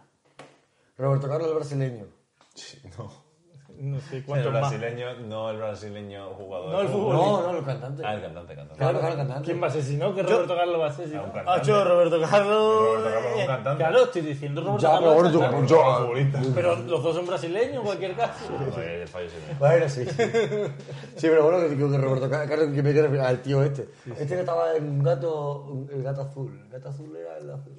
[SPEAKER 3] Roberto Carlos el brasileño.
[SPEAKER 4] Sí, no.
[SPEAKER 1] No sé
[SPEAKER 4] El
[SPEAKER 1] cuánto más.
[SPEAKER 4] brasileño, no el brasileño jugador.
[SPEAKER 1] No, el
[SPEAKER 4] Uh,
[SPEAKER 1] fútbol.
[SPEAKER 3] No, no, el cantante.
[SPEAKER 4] Ah, el cantante, cantante.
[SPEAKER 3] Claro, claro, el cantante.
[SPEAKER 1] ¿Quién va a ser si no? Que Roberto Carlos va a ser si no?
[SPEAKER 4] Un cantante.
[SPEAKER 2] Ah, yo, Roberto Carlos.
[SPEAKER 4] Roberto Carlos es un cantante.
[SPEAKER 1] Eh, Claro, estoy diciendo Roberto
[SPEAKER 3] Ya, pero
[SPEAKER 1] Carlos.
[SPEAKER 3] bueno,
[SPEAKER 1] Santana.
[SPEAKER 3] yo.
[SPEAKER 4] Yo, futbolista.
[SPEAKER 1] Pero los dos son brasileños en cualquier caso.
[SPEAKER 4] Ah, vale, el fallo sí.
[SPEAKER 3] Bueno, sí. Sí, Sí, pero bueno, que digo que Roberto Car- Carlos, que me quiere referir al tío este. Este que estaba en un gato, el gato azul. El gato azul era el azul.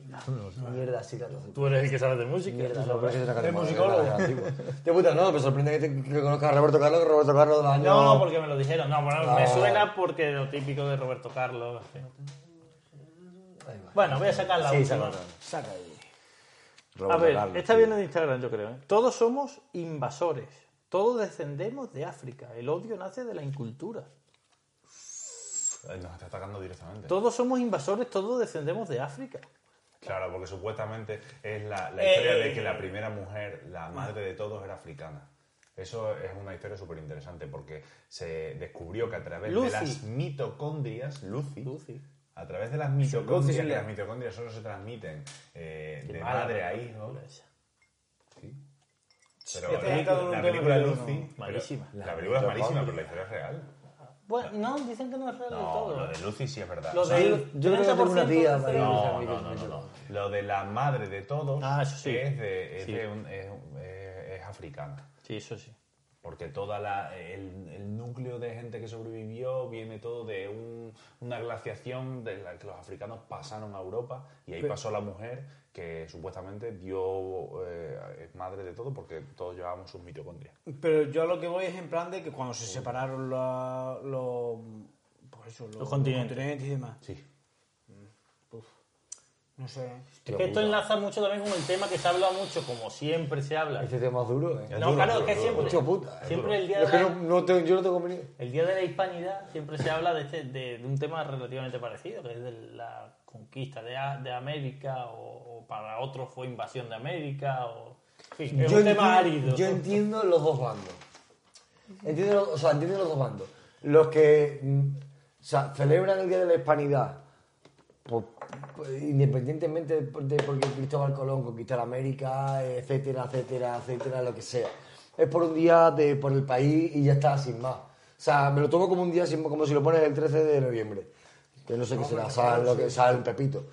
[SPEAKER 3] Mierda, sí, gato azul.
[SPEAKER 1] Tú eres el que sabes de música.
[SPEAKER 3] Mierda,
[SPEAKER 1] tú
[SPEAKER 3] no,
[SPEAKER 1] sabrás.
[SPEAKER 3] pero es que es una
[SPEAKER 2] Eres
[SPEAKER 3] canción
[SPEAKER 2] musicólogo.
[SPEAKER 3] de la antigua. Tío puta, no, me sorprende que, te, que conozcas a Roberto Carlos, que Roberto Carlos de los años...
[SPEAKER 1] No, porque me lo dijeron. No, bueno, me
[SPEAKER 3] Ah.
[SPEAKER 1] suena porque lo típico de Roberto Carlos. en fin.
[SPEAKER 3] Ahí va.
[SPEAKER 1] Bueno, voy a sacar la
[SPEAKER 3] Sí, se
[SPEAKER 1] última.
[SPEAKER 3] acuerda.
[SPEAKER 2] Saca ahí.
[SPEAKER 1] A
[SPEAKER 3] Roberto
[SPEAKER 1] ver,
[SPEAKER 3] Carlos,
[SPEAKER 1] esta
[SPEAKER 3] tío.
[SPEAKER 1] viene de Instagram, yo creo. ¿eh? Todos somos invasores. Todos descendemos de África. El odio nace de la incultura.
[SPEAKER 4] Ay, Nos está atacando directamente.
[SPEAKER 1] Todos somos invasores, todos descendemos de África.
[SPEAKER 4] Claro, porque supuestamente es la, la
[SPEAKER 1] Eh,
[SPEAKER 4] historia
[SPEAKER 1] eh,
[SPEAKER 4] de que
[SPEAKER 1] eh.
[SPEAKER 4] la primera mujer, la madre de todos, era africana. Eso es una historia súper interesante porque se descubrió que a través
[SPEAKER 2] Lucy.
[SPEAKER 4] de las mitocondrias, Lucy,
[SPEAKER 1] Lucy.
[SPEAKER 4] a través de las
[SPEAKER 2] Lucy,
[SPEAKER 4] mitocondrias,
[SPEAKER 2] sí,
[SPEAKER 4] que
[SPEAKER 2] la-
[SPEAKER 4] las mitocondrias solo se transmiten eh, de
[SPEAKER 1] mala
[SPEAKER 4] madre a
[SPEAKER 1] película
[SPEAKER 4] hijo.
[SPEAKER 1] esa.
[SPEAKER 4] Sí.
[SPEAKER 2] Ya
[SPEAKER 1] Este
[SPEAKER 4] Pero
[SPEAKER 2] te he quitado
[SPEAKER 4] la,
[SPEAKER 2] un
[SPEAKER 4] la
[SPEAKER 2] tema
[SPEAKER 4] película
[SPEAKER 2] que yo
[SPEAKER 4] Lucy,
[SPEAKER 2] no-
[SPEAKER 4] pero-
[SPEAKER 1] Malísima.
[SPEAKER 4] La película es malísima, pero la historia es real.
[SPEAKER 1] Bueno, no, dicen que no es real del
[SPEAKER 4] No,
[SPEAKER 1] todo.
[SPEAKER 4] lo de Lucy sí es verdad.
[SPEAKER 1] Lo
[SPEAKER 4] O sea,
[SPEAKER 1] de-
[SPEAKER 3] Yo, yo creo que tengo una
[SPEAKER 1] 30%
[SPEAKER 3] tía,
[SPEAKER 1] de
[SPEAKER 3] María
[SPEAKER 1] cerebro.
[SPEAKER 3] Luisa,
[SPEAKER 4] no,
[SPEAKER 3] amiga,
[SPEAKER 4] no, no,
[SPEAKER 3] que me
[SPEAKER 4] no,
[SPEAKER 3] llama.
[SPEAKER 4] no. Lo de la madre de todos
[SPEAKER 1] Ah, eso sí.
[SPEAKER 4] es, de, es,
[SPEAKER 1] Sí.
[SPEAKER 4] de un- es un- eh, es- es africana.
[SPEAKER 1] Sí, eso sí.
[SPEAKER 4] Porque toda la, el, el núcleo de gente que sobrevivió viene todo de un- una glaciación de la que los africanos pasaron a Europa y ahí pasó la mujer que supuestamente dio eh, es madre de todo porque todos llevábamos sus mitocondrias.
[SPEAKER 2] Pero yo a lo que voy es en plan de que cuando se separaron la- los, pues eso, los,
[SPEAKER 1] continentes.
[SPEAKER 2] y demás.
[SPEAKER 4] Sí.
[SPEAKER 2] No sé.
[SPEAKER 1] Es que esto enlaza mucho también con el tema que se habla mucho, como siempre se habla.
[SPEAKER 3] Este tema es duro, ¿eh?
[SPEAKER 1] No,
[SPEAKER 4] duro,
[SPEAKER 1] claro, es
[SPEAKER 4] duro,
[SPEAKER 1] que
[SPEAKER 4] duro,
[SPEAKER 1] siempre,
[SPEAKER 3] Hostia puta, es
[SPEAKER 1] siempre
[SPEAKER 4] duro.
[SPEAKER 1] el, día
[SPEAKER 3] Yo,
[SPEAKER 1] de
[SPEAKER 3] es que
[SPEAKER 1] la,
[SPEAKER 3] no, no tengo- yo no tengo venido.
[SPEAKER 1] el Día de la Hispanidad siempre se habla de, este- de, de un tema relativamente parecido, que es de la conquista de, A- de América, o, o para otros fue invasión de América, o... En fin, es un tema árido.
[SPEAKER 3] yo entiendo los dos bandos. Entiendo, lo- o sea, entiendo los dos bandos. Los que mm, o sea, celebran el Día de la Hispanidad, por- por- independientemente de, por- de por qué Cristóbal Colón conquistó la América, etcétera, etcétera, etcétera, lo que sea. Es por un día de, por el país y ya está, sin más. O sea, me lo tomo como un día, sin, como si lo pones el 13 de noviembre. Que no sé qué será, sal, lo que sale el Pepito.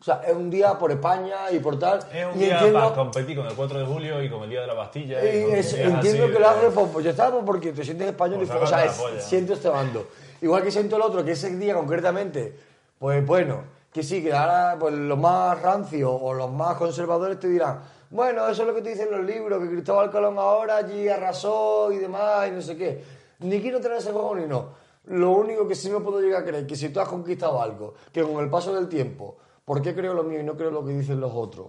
[SPEAKER 3] O sea, es un día por España y por tal.
[SPEAKER 4] Es un
[SPEAKER 3] y
[SPEAKER 4] día
[SPEAKER 3] entiendo-
[SPEAKER 4] para competir con el 4 de julio y con el día de la Bastilla. y
[SPEAKER 3] eh,
[SPEAKER 4] con
[SPEAKER 3] es-
[SPEAKER 4] días
[SPEAKER 3] entiendo
[SPEAKER 4] así
[SPEAKER 3] que lo
[SPEAKER 4] de-
[SPEAKER 3] hace por, yo estaba por- porque te sientes español
[SPEAKER 4] Pues
[SPEAKER 3] y fue- o sea,
[SPEAKER 4] sácate la
[SPEAKER 3] es-
[SPEAKER 4] polla.
[SPEAKER 3] siento este bando. Igual que siento el otro, que ese día concretamente, pues bueno, que sí, que ahora pues, los más rancios o los más conservadores te dirán, bueno, eso es lo que te dicen los libros, que Cristóbal Colón ahora allí arrasó y demás y no sé qué. Ni quiero tener ese juego ni no. Lo único que sí me puedo llegar a creer que si tú has conquistado algo, que con el paso del tiempo, ¿por qué creo lo mío y no creo lo que dicen los otros?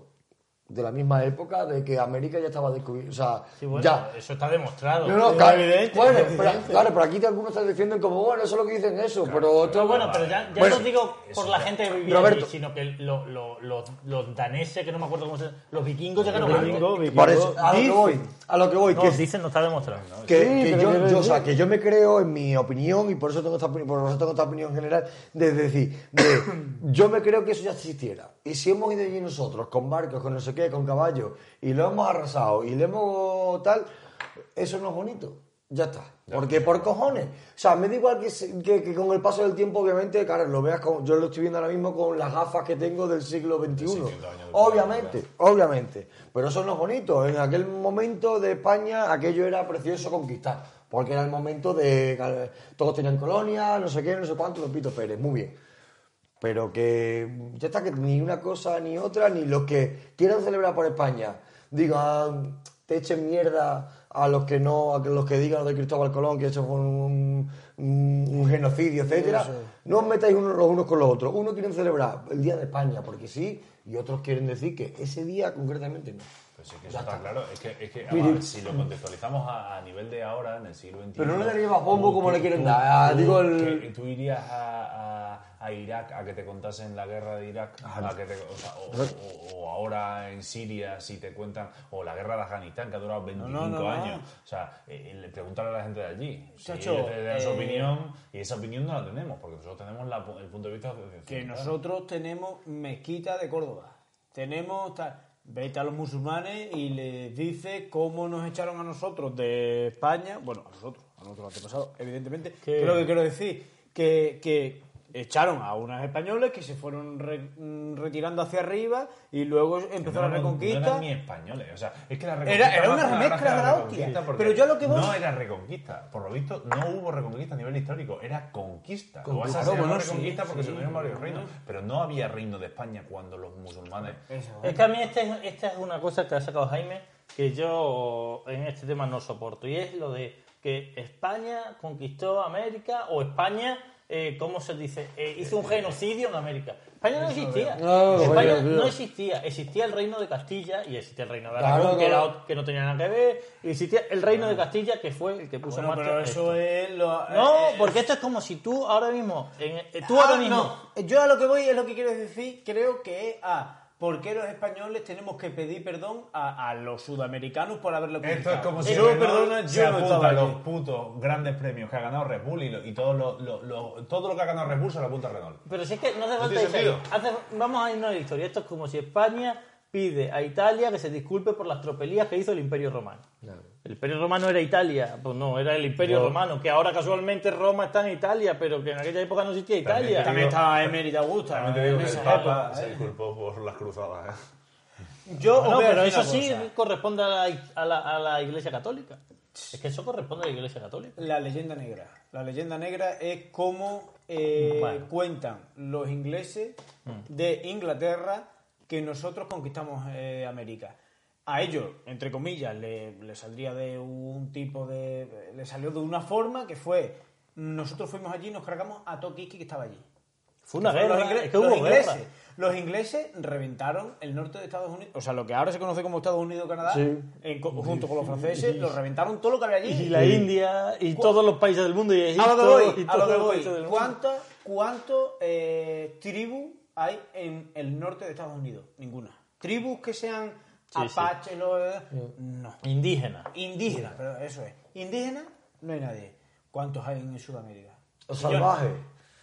[SPEAKER 3] de la misma época de que América ya estaba descubierta. O sea,
[SPEAKER 1] Sí, bueno,
[SPEAKER 3] ya.
[SPEAKER 1] Eso está demostrado.
[SPEAKER 3] No, no,
[SPEAKER 1] Es
[SPEAKER 3] claro,
[SPEAKER 1] evidente.
[SPEAKER 3] bueno, pero, claro, pero aquí algunos te defienden como, bueno, eso es lo que dicen eso, pero
[SPEAKER 1] Pero
[SPEAKER 3] otros...
[SPEAKER 1] bueno, pero ya, ya
[SPEAKER 3] Bueno,
[SPEAKER 1] no digo por la gente que vivía
[SPEAKER 3] Roberto.
[SPEAKER 1] allí, sino que lo- lo- lo- los daneses, que no me acuerdo cómo se llaman, los vikingos llegaron
[SPEAKER 2] Vikingo,
[SPEAKER 1] antes.
[SPEAKER 2] vikingo.
[SPEAKER 3] Por eso, a lo que voy, a lo que voy,
[SPEAKER 1] No,
[SPEAKER 3] que,
[SPEAKER 1] dicen, no está demostrado.
[SPEAKER 3] que-
[SPEAKER 2] Sí,
[SPEAKER 3] que
[SPEAKER 2] pero
[SPEAKER 3] yo,
[SPEAKER 2] quiero
[SPEAKER 3] yo, o sea,
[SPEAKER 2] decir-
[SPEAKER 3] que yo me creo en mi opinión y por eso tengo esta, opini- por eso tengo esta opinión general, de decir, de, yo me creo que eso ya existiera. Y si hemos ido allí nosotros, con barcos, con no sé qué, con caballos, y lo hemos arrasado, y le hemos tal, eso no es bonito. Ya está. Porque por cojones. O sea, me da igual que, se- que- que con el paso del tiempo, obviamente, claro, lo veas con- yo lo estoy viendo ahora mismo con las gafas que tengo del siglo XXI. Obviamente, obviamente. Pero eso no es bonito. En aquel momento de España, aquello era precioso conquistar. Porque era el momento de. eh, Todos tenían colonia, no sé qué, no sé cuánto, Pepito Pérez. Muy bien. Pero que mm, ya está, que ni una cosa ni otra, ni los que quieran celebrar por España digan, te echen mierda a los que no, a que- los que digan lo de Cristóbal Colón, que eso fue un, un- un genocidio, etcétera. No os metáis unos los unos con los otros. Unos quieren celebrar el Día de España porque sí, y otros quieren decir que ese día concretamente no.
[SPEAKER 4] Pues sí, que eso está claro. Es que, es que además, si lo contextualizamos a, a nivel de ahora, en el siglo XXI.
[SPEAKER 3] Pero no le daría más bombo
[SPEAKER 4] tú-
[SPEAKER 3] como
[SPEAKER 4] tú-
[SPEAKER 3] le quieren
[SPEAKER 4] tú-
[SPEAKER 3] dar. Ah,
[SPEAKER 4] tú-
[SPEAKER 3] digo el-
[SPEAKER 4] que Tú irías a, a- a Irak a que te contasen la guerra de Irak.
[SPEAKER 3] Ah,
[SPEAKER 4] a que te- o, sea, o- o- o ahora en Siria, si te cuentan. O la guerra de Afganistán, que ha durado 25
[SPEAKER 2] no, no.
[SPEAKER 4] años. O sea, eh, le preguntar a la gente de allí. Si
[SPEAKER 2] Chacho,
[SPEAKER 4] ellos te dan su
[SPEAKER 2] eh,
[SPEAKER 4] opinión. Y esa opinión no la tenemos, porque nosotros tenemos la pu- el punto de vista. de-
[SPEAKER 2] Que
[SPEAKER 4] de-
[SPEAKER 2] nosotros tenemos mezquita de Córdoba. Tenemos tal. Vete a los musulmanes y les dice cómo nos echaron a nosotros de España. Bueno, a nosotros, a nosotros antepasados, evidentemente. Que es lo que quiero decir. Que, que echaron a unas españoles que se fueron re- mm, retirando hacia arriba y luego empezó la
[SPEAKER 4] No, no,
[SPEAKER 2] reconquista.
[SPEAKER 4] No eran ni españoles, o sea, es que la
[SPEAKER 2] Era-
[SPEAKER 4] reconquista.
[SPEAKER 2] era
[SPEAKER 4] más
[SPEAKER 2] una
[SPEAKER 4] palabras
[SPEAKER 2] remezcla
[SPEAKER 4] que
[SPEAKER 2] de la hostia.
[SPEAKER 4] reconquista, porque
[SPEAKER 2] Pero yo lo que voy-
[SPEAKER 4] No era reconquista, por lo visto no hubo reconquista a nivel histórico, era conquista. Lo vas a
[SPEAKER 2] Claro,
[SPEAKER 4] hacer
[SPEAKER 2] bueno,
[SPEAKER 4] una reconquista
[SPEAKER 2] sí,
[SPEAKER 4] porque
[SPEAKER 2] sí,
[SPEAKER 4] se unieron varios reinos, pero no había reino de España cuando los musulmanes.
[SPEAKER 1] Es que a mí este es- esta es una cosa que ha sacado Jaime que yo en este tema no soporto y es lo de que España conquistó América o España, eh, ¿cómo se dice? Eh, hizo un genocidio en América. España no existía.
[SPEAKER 3] No,
[SPEAKER 1] España
[SPEAKER 3] bueno, tío.
[SPEAKER 1] no existía. Existía el reino de Castilla y existía el reino de
[SPEAKER 3] Claro,
[SPEAKER 1] Aragón, que,
[SPEAKER 3] claro.
[SPEAKER 1] era ot- que no tenía nada que ver. Y existía el reino de Castilla que fue el que puso
[SPEAKER 2] Bueno,
[SPEAKER 1] en marcha.
[SPEAKER 2] pero
[SPEAKER 1] Pues esto.
[SPEAKER 2] eso es lo.
[SPEAKER 1] No,
[SPEAKER 2] eh,
[SPEAKER 1] porque esto es como si tú ahora mismo, en- eh, tú
[SPEAKER 2] Ah,
[SPEAKER 1] ahora mismo,
[SPEAKER 2] no. Yo a lo que voy es lo que quiero decir, creo que es a ¿Por qué los españoles tenemos que pedir perdón a, a los sudamericanos por haberlo
[SPEAKER 4] Esto
[SPEAKER 2] criticado?
[SPEAKER 4] es como
[SPEAKER 2] Eh,
[SPEAKER 4] si
[SPEAKER 2] no,
[SPEAKER 4] Renault
[SPEAKER 2] perdona,
[SPEAKER 4] se
[SPEAKER 2] yo no
[SPEAKER 4] apunta
[SPEAKER 2] estaba
[SPEAKER 4] a
[SPEAKER 2] aquí.
[SPEAKER 4] los putos grandes premios que ha ganado Red Bull y, lo- y todo, lo, lo- lo- todo lo que ha ganado Red Bull se lo apunta a Renault.
[SPEAKER 1] Pero si es que no hace falta
[SPEAKER 4] tiene
[SPEAKER 1] irse ahí.
[SPEAKER 4] sentido.
[SPEAKER 1] Hace- Vamos a irnos a la historia. Esto es como si España pide a Italia que se disculpe por las tropelías que hizo el Imperio Romano. ¿El Imperio Romano era Italia? Pues no, era el Imperio Romano, que ahora casualmente Roma está en Italia, pero que en aquella época no existía
[SPEAKER 4] También
[SPEAKER 1] Italia.
[SPEAKER 4] te
[SPEAKER 2] También estaba Emery de Augusta.
[SPEAKER 4] También te digo
[SPEAKER 2] en
[SPEAKER 4] que el
[SPEAKER 2] Ah, esa
[SPEAKER 4] Papa
[SPEAKER 2] época,
[SPEAKER 4] se
[SPEAKER 2] ¿eh?
[SPEAKER 4] disculpó por las cruzadas. ¿eh?
[SPEAKER 2] Yo os
[SPEAKER 1] No,
[SPEAKER 2] voy a
[SPEAKER 1] pero
[SPEAKER 2] decir
[SPEAKER 1] eso
[SPEAKER 2] una
[SPEAKER 1] sí
[SPEAKER 2] cosa.
[SPEAKER 1] corresponde a la, a la- a la Iglesia Católica. Es que eso corresponde a la Iglesia Católica.
[SPEAKER 2] La leyenda negra. La leyenda negra es cómo eh,
[SPEAKER 1] Bueno. Mm.
[SPEAKER 2] cuentan los ingleses de Inglaterra que nosotros conquistamos eh, América. A ellos, entre comillas, le, le saldría de un tipo de. Le salió de una forma que fue. Nosotros fuimos allí y nos cargamos a Tokiski que estaba allí.
[SPEAKER 1] Fue una
[SPEAKER 2] Los
[SPEAKER 1] guerra.
[SPEAKER 2] ingle-
[SPEAKER 1] es que
[SPEAKER 2] los
[SPEAKER 1] hubo guerra.
[SPEAKER 2] ingleses, los ingleses reventaron el norte de Estados Unidos, o sea, lo que ahora se conoce como Estados Unidos Canadá,
[SPEAKER 3] Sí.
[SPEAKER 2] en co- junto con los franceses, lo reventaron todo lo que había allí.
[SPEAKER 1] Y la India, y todos los países del mundo, y Egipto,
[SPEAKER 2] A lo que voy,
[SPEAKER 1] y
[SPEAKER 2] a lo
[SPEAKER 1] todos
[SPEAKER 2] que
[SPEAKER 1] los
[SPEAKER 2] voy.
[SPEAKER 1] países del mundo.
[SPEAKER 2] ¿Cuántas cuánto, eh, tribus hay en el norte de Estados Unidos? Ninguna. Tribus que sean
[SPEAKER 1] Sí, sí.
[SPEAKER 2] apaches, lo- no.
[SPEAKER 1] Indígenas.
[SPEAKER 2] Indígenas, pero eso es. Indígenas no hay nadie. ¿Cuántos hay en Sudamérica?
[SPEAKER 3] Los salvajes.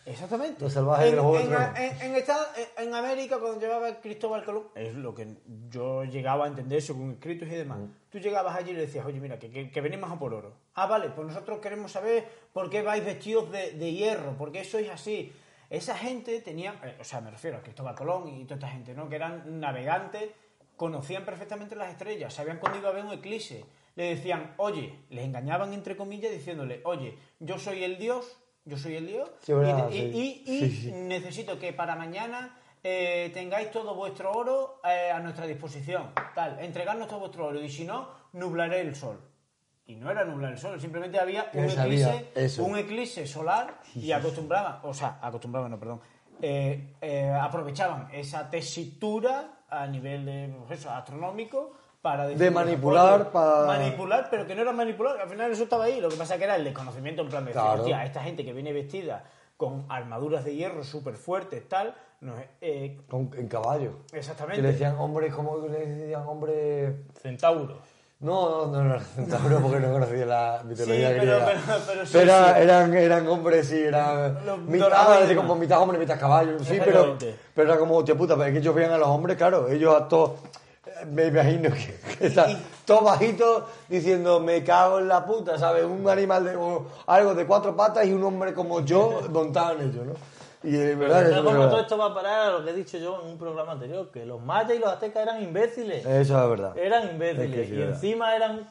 [SPEAKER 2] Exactamente.
[SPEAKER 3] Los salvajes
[SPEAKER 2] en,
[SPEAKER 3] del juego de
[SPEAKER 2] en,
[SPEAKER 3] tronos.
[SPEAKER 2] en- en Estados- en- en América, cuando llevaba Cristóbal Colón, es lo que yo llegaba a entender según escritos y demás. Tú llegabas allí y le decías, oye, mira, que, que- que venimos a por oro. Ah, vale, pues nosotros queremos saber por qué vais vestidos de, de hierro, por qué sois así. Esa gente tenía, eh, o sea, me refiero a Cristóbal Colón y toda esta gente, ¿no? Que eran navegantes, conocían perfectamente las estrellas, sabían cuándo iba a haber un eclipse. Le decían, oye, les engañaban entre comillas diciéndole, oye, yo soy el dios, yo soy el dios,
[SPEAKER 3] Sí, verdad,
[SPEAKER 2] y, y-
[SPEAKER 3] sí.
[SPEAKER 2] y- y
[SPEAKER 3] Sí, sí.
[SPEAKER 2] necesito que para mañana eh, tengáis todo vuestro oro eh, a nuestra disposición. Tal, entregarnos todo vuestro oro y si no, nublaré el sol. Y no era nublar el sol, simplemente había un,
[SPEAKER 3] Él sabía
[SPEAKER 2] eclipse,
[SPEAKER 3] eso.
[SPEAKER 2] un eclipse solar y acostumbraban, o sea, acostumbraban, no, perdón, eh, eh, aprovechaban esa tesitura a nivel de, pues eso, astronómico para decir,
[SPEAKER 3] De manipular,
[SPEAKER 2] bueno,
[SPEAKER 3] pa-
[SPEAKER 2] manipular, pero que no era manipular, al final eso estaba ahí, lo que pasa que era el desconocimiento en plan de decir,
[SPEAKER 3] Claro.
[SPEAKER 2] "Hostia, esta gente que viene vestida con armaduras de hierro súper fuertes, tal, no es- eh,
[SPEAKER 3] Con- en caballo. Que
[SPEAKER 2] exactamente.
[SPEAKER 3] le decían hombres, ¿cómo que le decían hombres?
[SPEAKER 1] Centauros.
[SPEAKER 3] No, no, no, no, centauro porque no conocía la mitología
[SPEAKER 2] Sí, pero-
[SPEAKER 3] griega.
[SPEAKER 2] pero- pero sí,
[SPEAKER 3] Era-
[SPEAKER 2] sí.
[SPEAKER 3] Eran, eran hombres, sí, eran...
[SPEAKER 2] Los
[SPEAKER 3] mi-
[SPEAKER 2] dorados
[SPEAKER 3] ah,
[SPEAKER 2] y
[SPEAKER 3] sí,
[SPEAKER 2] demás.
[SPEAKER 3] como mitad hombre, mitad caballo, sí, pero,
[SPEAKER 2] Exactamente.
[SPEAKER 3] pero era como, hostia puta, pero es que ellos veían a los hombres, claro, ellos a todos... eh, Me imagino que, que está todo bajito diciendo me cago en la puta, ¿sabes? Un animal de o algo de cuatro patas y un hombre como yo montado en ello, ¿no? Y es verdad que
[SPEAKER 1] Pero
[SPEAKER 3] eso es
[SPEAKER 1] bueno, todo
[SPEAKER 3] verdad.
[SPEAKER 1] esto va a parar a lo que he dicho yo en un programa anterior, que los mayas y los aztecas eran imbéciles.
[SPEAKER 3] Eso es verdad.
[SPEAKER 1] Eran imbéciles.
[SPEAKER 3] Es que sí,
[SPEAKER 1] y
[SPEAKER 3] era.
[SPEAKER 1] encima eran.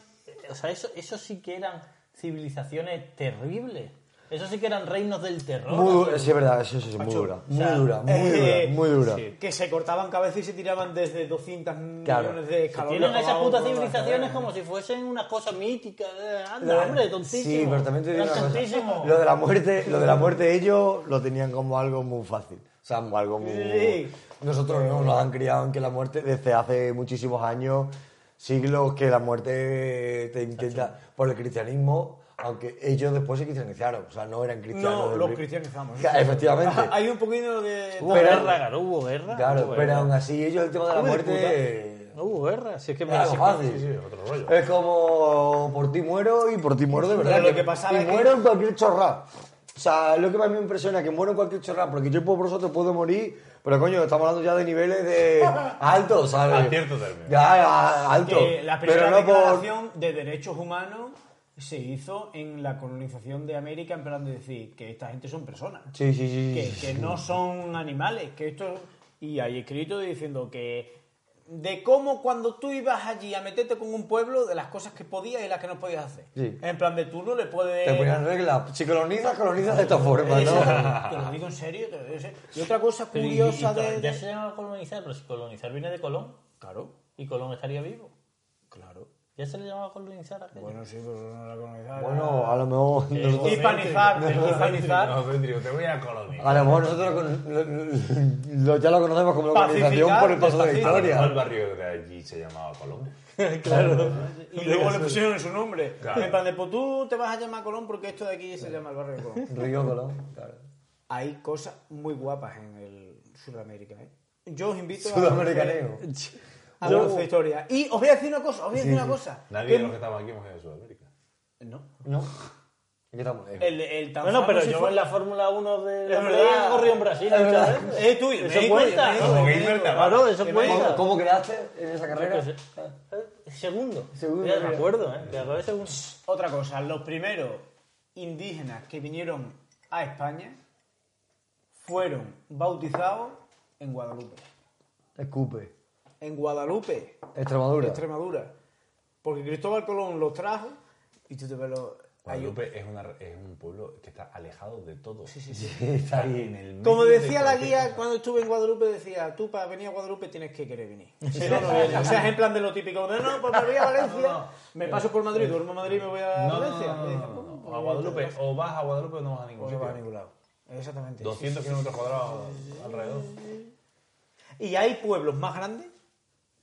[SPEAKER 1] O sea, eso, eso sí que eran civilizaciones terribles. Eso sí que eran reinos del terror.
[SPEAKER 3] Muy dura, sí, es verdad, eso sí, muy dura, muy dura, muy dura,
[SPEAKER 2] eh,
[SPEAKER 3] muy dura.
[SPEAKER 1] sí.
[SPEAKER 2] Que se cortaban cabezas y se tiraban desde 200
[SPEAKER 3] Claro.
[SPEAKER 2] millones de escalones.
[SPEAKER 1] Tienen esas
[SPEAKER 2] abajo
[SPEAKER 1] putas
[SPEAKER 2] por la
[SPEAKER 1] civilizaciones
[SPEAKER 2] cadena.
[SPEAKER 1] como si fuesen una cosa mítica. eh, Anda,
[SPEAKER 3] La-
[SPEAKER 1] hombre, tontísimo.
[SPEAKER 3] Sí, pero también te digo
[SPEAKER 1] Eran
[SPEAKER 3] una cosa.
[SPEAKER 1] tontísimos.
[SPEAKER 3] Lo de la muerte, lo de la muerte ellos lo tenían como algo muy fácil. O sea, como algo muy...
[SPEAKER 2] Sí.
[SPEAKER 3] Nosotros no, nos han criado en que la muerte desde hace muchísimos años, siglos, que la muerte te intenta... Por el cristianismo, aunque ellos después se cristianizaron. O sea, no eran cristianos.
[SPEAKER 2] No,
[SPEAKER 3] del
[SPEAKER 2] los
[SPEAKER 3] pri-
[SPEAKER 2] cristianizamos.
[SPEAKER 3] Claro, Efectivamente.
[SPEAKER 2] Ah, Hay un poquito de...
[SPEAKER 1] Hubo
[SPEAKER 3] pero-
[SPEAKER 1] guerra, claro, hubo guerra.
[SPEAKER 3] Claro,
[SPEAKER 1] hubo
[SPEAKER 3] pero
[SPEAKER 1] guerra.
[SPEAKER 3] aún así ellos el tema de la
[SPEAKER 2] Hijo de
[SPEAKER 3] muerte...
[SPEAKER 1] No hubo guerra. Si es que
[SPEAKER 3] Es
[SPEAKER 1] mira,
[SPEAKER 3] algo
[SPEAKER 1] si-
[SPEAKER 3] fácil.
[SPEAKER 4] Sí, sí, es otro rollo.
[SPEAKER 3] Es como por ti muero y por ti muero de verdad.
[SPEAKER 2] Pero lo que pasaba
[SPEAKER 3] y
[SPEAKER 2] es que-
[SPEAKER 3] muero en cualquier chorra. O sea, es lo que más me impresiona, que muero en cualquier chorra, porque yo por vosotros puedo morir, pero coño, estamos hablando ya de niveles de altos, ¿sabes?
[SPEAKER 4] A cierto término.
[SPEAKER 3] Ya, a- alto.
[SPEAKER 2] que la primera
[SPEAKER 3] pero no por...
[SPEAKER 2] declaración de derechos humanos se hizo en la colonización de América en plan de decir que esta gente son personas.
[SPEAKER 3] Sí, sí, sí.
[SPEAKER 2] que, que no son animales, que esto... Y hay escrito diciendo que de cómo cuando tú ibas allí a meterte con un pueblo, de las cosas que podías y las que no podías hacer.
[SPEAKER 3] Sí.
[SPEAKER 2] En plan de tú no le puedes...
[SPEAKER 3] Te ponían reglas. Si colonizas, colonizas de esta forma,
[SPEAKER 2] Eso,
[SPEAKER 3] ¿no?
[SPEAKER 2] Te lo digo en serio. te lo digo en serio. Y otra cosa
[SPEAKER 1] pero y- y-
[SPEAKER 2] curiosa de...
[SPEAKER 1] y- Ya se llama colonizar, pero si colonizar viene de Colón.
[SPEAKER 2] Claro,
[SPEAKER 1] Y Colón estaría vivo.
[SPEAKER 2] claro.
[SPEAKER 1] Ya se le llamaba colonizar a aquello.
[SPEAKER 2] Bueno, sí, pero no la colonizar.
[SPEAKER 3] Bueno, a lo mejor... nosotros-
[SPEAKER 2] Hispanizar, hispanizar.
[SPEAKER 4] No, Céntrico, te voy a colonizar.
[SPEAKER 3] A lo mejor nosotros con- lo- lo- lo- ya lo conocemos como
[SPEAKER 2] Pacificar,
[SPEAKER 3] colonización por el paso de la
[SPEAKER 2] pacificar.
[SPEAKER 3] historia.
[SPEAKER 4] el barrio de allí se llamaba Colón.
[SPEAKER 1] claro.
[SPEAKER 2] Y luego le pusieron su nombre.
[SPEAKER 4] Claro.
[SPEAKER 2] En plan de, pues tú te vas a llamar Colón porque esto de aquí se llama el barrio de Colón.
[SPEAKER 3] Río Colón, claro.
[SPEAKER 2] Hay cosas muy guapas en el Sudamérica, ¿eh? Yo os invito
[SPEAKER 3] Sudamericaneo.
[SPEAKER 2] a conocer historia. Y os voy a decir una cosa, os voy a decir una cosa.
[SPEAKER 4] Nadie de los que estamos aquí hemos ido a Sudamérica.
[SPEAKER 2] No.
[SPEAKER 3] No. Aquí estamos. Eh,
[SPEAKER 2] El, el
[SPEAKER 1] Bueno, pero
[SPEAKER 2] Tanzano sí
[SPEAKER 1] yo
[SPEAKER 2] fue-
[SPEAKER 1] en la Fórmula 1 de
[SPEAKER 2] Es
[SPEAKER 1] la
[SPEAKER 2] verdad.
[SPEAKER 1] verdad, he corrido en Brasil
[SPEAKER 3] Es
[SPEAKER 1] muchas
[SPEAKER 3] verdad.
[SPEAKER 1] veces.
[SPEAKER 2] Es tuyo.
[SPEAKER 1] Eso
[SPEAKER 2] me di
[SPEAKER 1] cuenta.
[SPEAKER 2] cuenta,
[SPEAKER 4] Como
[SPEAKER 2] me di
[SPEAKER 4] gamer,
[SPEAKER 2] cuenta.
[SPEAKER 4] cabrón.
[SPEAKER 1] Claro, eso
[SPEAKER 2] Que
[SPEAKER 1] cuenta.
[SPEAKER 3] ¿Cómo, cómo quedaste en esa carrera?
[SPEAKER 1] Pues, eh, eh, Segundo.
[SPEAKER 3] Segundo,
[SPEAKER 1] Ya
[SPEAKER 3] mira.
[SPEAKER 1] me acuerdo, ¿eh? Me acuerdo de segundo.
[SPEAKER 2] Otra cosa, los primeros indígenas que vinieron a España fueron bautizados en Guadalupe.
[SPEAKER 3] Escupe.
[SPEAKER 2] En Guadalupe,
[SPEAKER 3] Extremadura.
[SPEAKER 2] Extremadura. Porque Cristóbal Colón los trajo y tú te ves los... hay un-
[SPEAKER 4] Guadalupe es, una, es un pueblo que está alejado de todo.
[SPEAKER 3] Está ahí.
[SPEAKER 4] En el
[SPEAKER 2] Como
[SPEAKER 4] medio de
[SPEAKER 2] decía la
[SPEAKER 4] cualquier
[SPEAKER 2] guía
[SPEAKER 4] cosa.
[SPEAKER 2] cuando estuve en Guadalupe, decía, tú para venir a Guadalupe tienes que querer venir. Si no, no vienes. O sea, es en plan de lo típico, de no, pues me voy a Valencia, me paso por Madrid, duermo en Madrid y me voy a
[SPEAKER 4] No, no,
[SPEAKER 2] Valencia. eh,
[SPEAKER 4] no, no, no, no, no. A Guadalupe, o vas a Guadalupe o no vas a ningún
[SPEAKER 2] Pues no
[SPEAKER 4] sitio.
[SPEAKER 2] vas a ningún lado. Exactamente.
[SPEAKER 4] 200 kilómetros cuadrados alrededor.
[SPEAKER 2] Y hay pueblos más grandes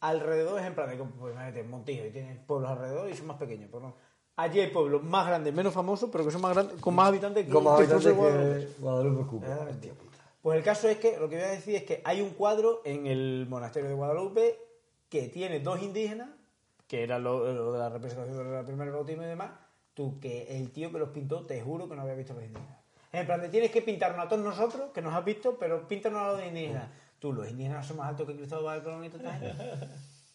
[SPEAKER 2] alrededor, es en plan de, pues imagínate, Montijo, y tienes pueblos alrededor y son más pequeños, pero no. Allí hay pueblos más grandes, menos famosos, pero que son más grandes, con más habitantes que
[SPEAKER 3] Como
[SPEAKER 2] que el
[SPEAKER 3] habitantes
[SPEAKER 2] propio Guadalupe.
[SPEAKER 3] que Guadalupe escupe.
[SPEAKER 2] Ah, tío. Pues el caso es que lo que voy a decir es que hay un cuadro en el monasterio de Guadalupe que tiene dos indígenas, que era lo, lo de la representación de la primera bautismo y demás, tú que el tío que los pintó, te juro que no había visto a los indígenas. En plan, de, tienes que pintarnos a todos nosotros, que nos has visto, pero píntanos a los indígenas. Tú, los indígenas son más altos que Cristóbal Colón y toda esta gente.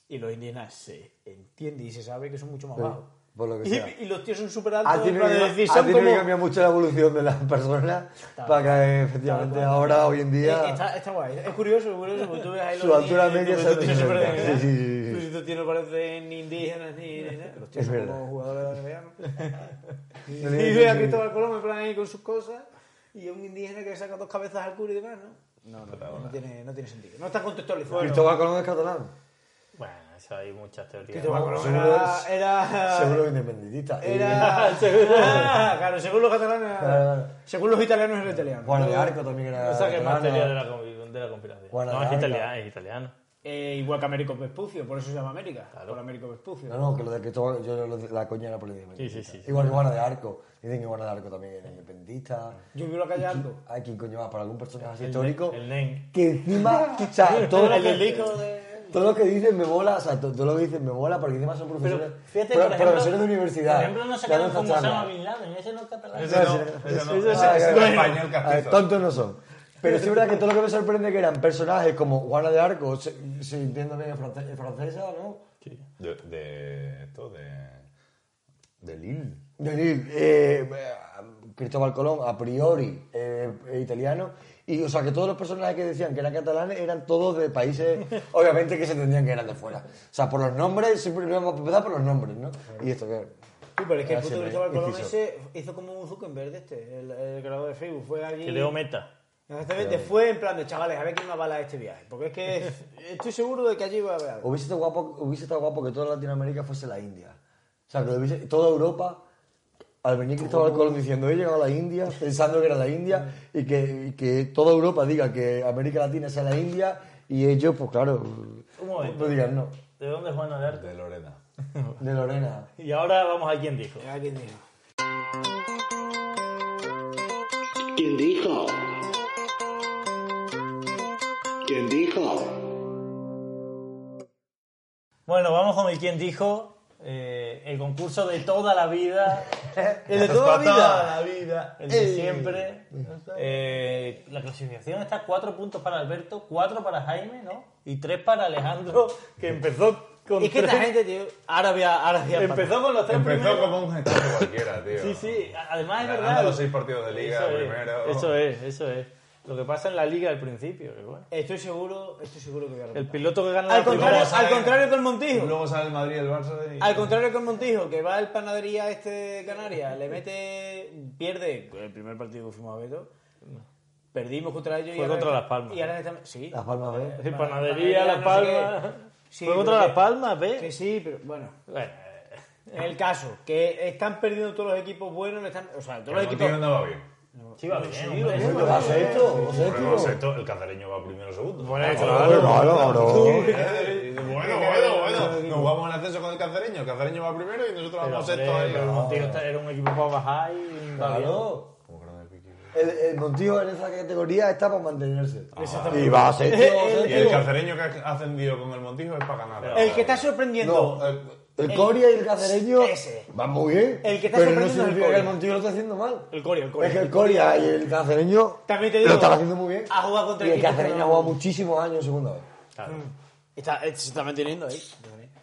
[SPEAKER 2] Y los indígenas se entiende y se sabe que son mucho más
[SPEAKER 3] Sí,
[SPEAKER 2] bajos.
[SPEAKER 3] por lo que
[SPEAKER 2] y,
[SPEAKER 3] sea. Ah,
[SPEAKER 2] y los tíos son súper altos.
[SPEAKER 3] Ha
[SPEAKER 2] en
[SPEAKER 3] tenido,
[SPEAKER 2] plan de
[SPEAKER 3] que-
[SPEAKER 2] decir,
[SPEAKER 3] ha
[SPEAKER 2] son
[SPEAKER 3] tenido que
[SPEAKER 2] como-
[SPEAKER 3] cambiar mucho la evolución de las personas para que efectivamente
[SPEAKER 2] Tal cual.
[SPEAKER 3] ahora, hoy en
[SPEAKER 2] Eh,
[SPEAKER 3] día...
[SPEAKER 2] Está, está guay. Es curioso, es curioso. porque tú ves ahí
[SPEAKER 3] Su
[SPEAKER 2] los
[SPEAKER 3] altura
[SPEAKER 2] indígenas,
[SPEAKER 3] media
[SPEAKER 2] tú-
[SPEAKER 3] es
[SPEAKER 2] tú tienes
[SPEAKER 3] 1,70.
[SPEAKER 2] superhéroes,
[SPEAKER 3] Sí, sí,
[SPEAKER 2] ¿verdad?
[SPEAKER 3] sí, sí.
[SPEAKER 2] Tú si tú tienes, no parecen ni indígenas ni... ni nada. Los tíos
[SPEAKER 3] Es
[SPEAKER 2] son
[SPEAKER 3] verdad.
[SPEAKER 2] como jugadores de NBA, ¿no?
[SPEAKER 3] Sí,
[SPEAKER 2] Y
[SPEAKER 3] sí,
[SPEAKER 2] ve a
[SPEAKER 3] sí.
[SPEAKER 2] Cristóbal Colón en plan ahí con sus cosas y a un indígena que saca dos cabezas al culo y demás, ¿no? No, no, no, tiene, no tiene sentido. No está contextualizado.
[SPEAKER 3] Cristóbal Colón es catalán.
[SPEAKER 1] Bueno, eso hay muchas teorías.
[SPEAKER 2] Cristóbal
[SPEAKER 3] Colón.
[SPEAKER 2] Colón
[SPEAKER 3] Seguro
[SPEAKER 2] era...
[SPEAKER 3] es-
[SPEAKER 2] era...
[SPEAKER 3] Seguro que independentista.
[SPEAKER 2] Era... Ah, claro, según los catalanes...
[SPEAKER 3] Claro.
[SPEAKER 2] Según los italianos era italiano.
[SPEAKER 3] Y Juana de Arco también era
[SPEAKER 1] No saques más
[SPEAKER 3] catalana.
[SPEAKER 1] teoría de la, convi- de la conspiración.
[SPEAKER 3] Bueno,
[SPEAKER 1] no,
[SPEAKER 3] la
[SPEAKER 1] es
[SPEAKER 3] verdad.
[SPEAKER 1] italiano, es italiano.
[SPEAKER 2] Eh, igual que Américo Vespucio, por eso se llama América. Por Américo Vespucio.
[SPEAKER 3] No, no, que lo de Cristóbal, yo lo de- la coña era por independentista.
[SPEAKER 1] Sí, sí, sí.
[SPEAKER 3] Igual que Juana de Arco. Dicen que Juana de Arco también era independentista.
[SPEAKER 2] Yo vivo la calle Alto.
[SPEAKER 3] Hay quien coño más para algún personaje así histórico.
[SPEAKER 1] El Nen.
[SPEAKER 3] Que encima, o sea, todo lo
[SPEAKER 1] El
[SPEAKER 3] que-
[SPEAKER 1] helico de...
[SPEAKER 3] Todo lo que dicen me bola, o sea, to- todo lo que dicen me bola, porque encima son profesores, pro- profesores de universidad.
[SPEAKER 1] Por ejemplo, no se
[SPEAKER 3] que dan
[SPEAKER 1] quedan con
[SPEAKER 3] esta
[SPEAKER 1] Osama
[SPEAKER 3] charla.
[SPEAKER 1] Bin Laden, ese no es catalán.
[SPEAKER 4] Ese no, ese no. Ese es
[SPEAKER 3] Ah, bueno.
[SPEAKER 4] español
[SPEAKER 3] A ver,
[SPEAKER 4] castizo.
[SPEAKER 3] tontos no son. Pero sí es verdad que todo lo que me sorprende que eran personajes como Juana de Arco, se, se entiendo bien, es france- es francesa, ¿no?
[SPEAKER 4] De, de esto, de. de Lille.
[SPEAKER 3] De Lille, eh, Cristóbal Colón, a priori eh, eh, italiano. Y, o sea, que todos los personajes que decían que eran catalanes eran todos de países, obviamente, que se entendían que eran de fuera. O sea, por los nombres, siempre vamos a empezar por los nombres, ¿no? Y esto que...
[SPEAKER 2] Sí, pero es que el puto
[SPEAKER 3] Gracias,
[SPEAKER 2] Cristóbal Colón
[SPEAKER 3] Narciso.
[SPEAKER 2] ese hizo como un Zuckerberg de este, el, el creador de Facebook. Fue allí.
[SPEAKER 1] Que leo meta.
[SPEAKER 2] Exactamente, fue en plan de chavales, a ver quién más bala este viaje. Porque es que estoy seguro de que allí va a haber algo.
[SPEAKER 3] Hubiese estado guapo, hubiese estado guapo que toda Latinoamérica fuese la India. O sea, que hubiese, toda Europa, al venir Cristóbal Colón diciendo, he llegado a la India, pensando que era la India, y que, y que toda Europa diga que América Latina sea la India, y ellos, pues claro,
[SPEAKER 1] momento.
[SPEAKER 3] no digan no.
[SPEAKER 1] ¿De dónde es Juana de Arco?
[SPEAKER 4] De Lorena.
[SPEAKER 3] De Lorena.
[SPEAKER 1] Y ahora vamos a quien dijo.
[SPEAKER 2] Ya quien dijo.
[SPEAKER 5] ¿Quién dijo? ¿Quién dijo?
[SPEAKER 1] Bueno, vamos con el quien dijo. eh, el concurso de toda la vida.
[SPEAKER 2] El de toda la vida.
[SPEAKER 1] la vida. El de siempre. Eh, la clasificación está cuatro puntos para Alberto, cuatro para Jaime, ¿no? Y tres para Alejandro, que empezó con
[SPEAKER 2] Es que esta
[SPEAKER 1] tres-
[SPEAKER 2] gente, tío, ahora voy a, ahora voy a empatar.
[SPEAKER 1] Empezó con los tres
[SPEAKER 4] Empezó
[SPEAKER 1] primeros.
[SPEAKER 4] como un gestapo cualquiera, tío.
[SPEAKER 1] Sí, sí, a- además es
[SPEAKER 4] Ganando
[SPEAKER 1] verdad.
[SPEAKER 4] los seis partidos de liga
[SPEAKER 1] es,
[SPEAKER 4] primero.
[SPEAKER 1] Eso es, eso es. Lo que pasa en la liga al principio, que bueno.
[SPEAKER 2] Estoy seguro, estoy seguro que voy a
[SPEAKER 1] El
[SPEAKER 2] remontar.
[SPEAKER 1] piloto que gana
[SPEAKER 2] Al
[SPEAKER 1] la
[SPEAKER 2] contrario,
[SPEAKER 1] primera-
[SPEAKER 4] sale-
[SPEAKER 2] al contrario que el Montijo.
[SPEAKER 4] Luego sale el Madrid, el Barça. Y...
[SPEAKER 2] Al contrario que el Montijo, que va al panadería este de Canarias, le mete, pierde el primer partido que fuimos a Beto. Perdimos contra ellos
[SPEAKER 1] Fue
[SPEAKER 2] y ahora
[SPEAKER 1] contra
[SPEAKER 2] está-
[SPEAKER 1] Las Palmas.
[SPEAKER 2] Y ahora estamos, sí.
[SPEAKER 3] Las palmas, ¿eh?
[SPEAKER 1] Sí, panadería, Las
[SPEAKER 2] no sé qué.
[SPEAKER 1] Palmas.
[SPEAKER 2] Sí,
[SPEAKER 1] Fue
[SPEAKER 2] pero
[SPEAKER 1] contra
[SPEAKER 2] que-
[SPEAKER 1] Las Palmas, ¿ves?
[SPEAKER 2] Que sí, pero bueno.
[SPEAKER 1] Bueno,
[SPEAKER 2] El caso, que están perdiendo todos los equipos buenos, le están, o sea, todos los
[SPEAKER 4] El Montiel
[SPEAKER 2] equipos.
[SPEAKER 4] no va bien.
[SPEAKER 1] sí va bien.
[SPEAKER 2] Sí,
[SPEAKER 1] hombre.
[SPEAKER 2] lo
[SPEAKER 3] ¿Qué
[SPEAKER 2] mismo,
[SPEAKER 3] va a ser esto? ¿O sea,
[SPEAKER 4] Pero
[SPEAKER 3] tío?
[SPEAKER 4] no sé, esto- el cazareño va primero o segundo.
[SPEAKER 1] Bueno,
[SPEAKER 3] Claro, claro, claro.
[SPEAKER 4] Eh, Bueno, bueno, bueno. Nos vamos al ascenso con el cazareño. El cazareño va primero y nosotros
[SPEAKER 1] Pero, este
[SPEAKER 4] vamos
[SPEAKER 1] hombre,
[SPEAKER 4] sexto ahí.
[SPEAKER 1] pero el Montijo está- era un equipo para bajar y...
[SPEAKER 3] oh. Claro.
[SPEAKER 4] Como que no me pique.
[SPEAKER 3] el, el Montijo en esa categoría está para mantenerse. Y va a ser. tío,
[SPEAKER 4] Y el cacereño que ha ascendido con el Montijo es para ganar.
[SPEAKER 2] El que está sorprendiendo.
[SPEAKER 3] no, el, el Coria y el Cacereño
[SPEAKER 2] Ese.
[SPEAKER 3] van muy bien.
[SPEAKER 2] El que está
[SPEAKER 3] pero no
[SPEAKER 2] sorprendiendo es el
[SPEAKER 3] significa que el
[SPEAKER 2] Coria.
[SPEAKER 3] Montijo lo está haciendo mal.
[SPEAKER 2] El Coria, el Coria.
[SPEAKER 3] Es que el Coria y el Cacereño
[SPEAKER 2] También te digo,
[SPEAKER 3] lo están haciendo muy bien.
[SPEAKER 2] ha jugado contra
[SPEAKER 3] y el
[SPEAKER 2] equipos que
[SPEAKER 3] Cacereño
[SPEAKER 2] no-
[SPEAKER 3] ha jugado muchísimos años en segunda vez.
[SPEAKER 2] Está, eh, se está manteniendo ahí.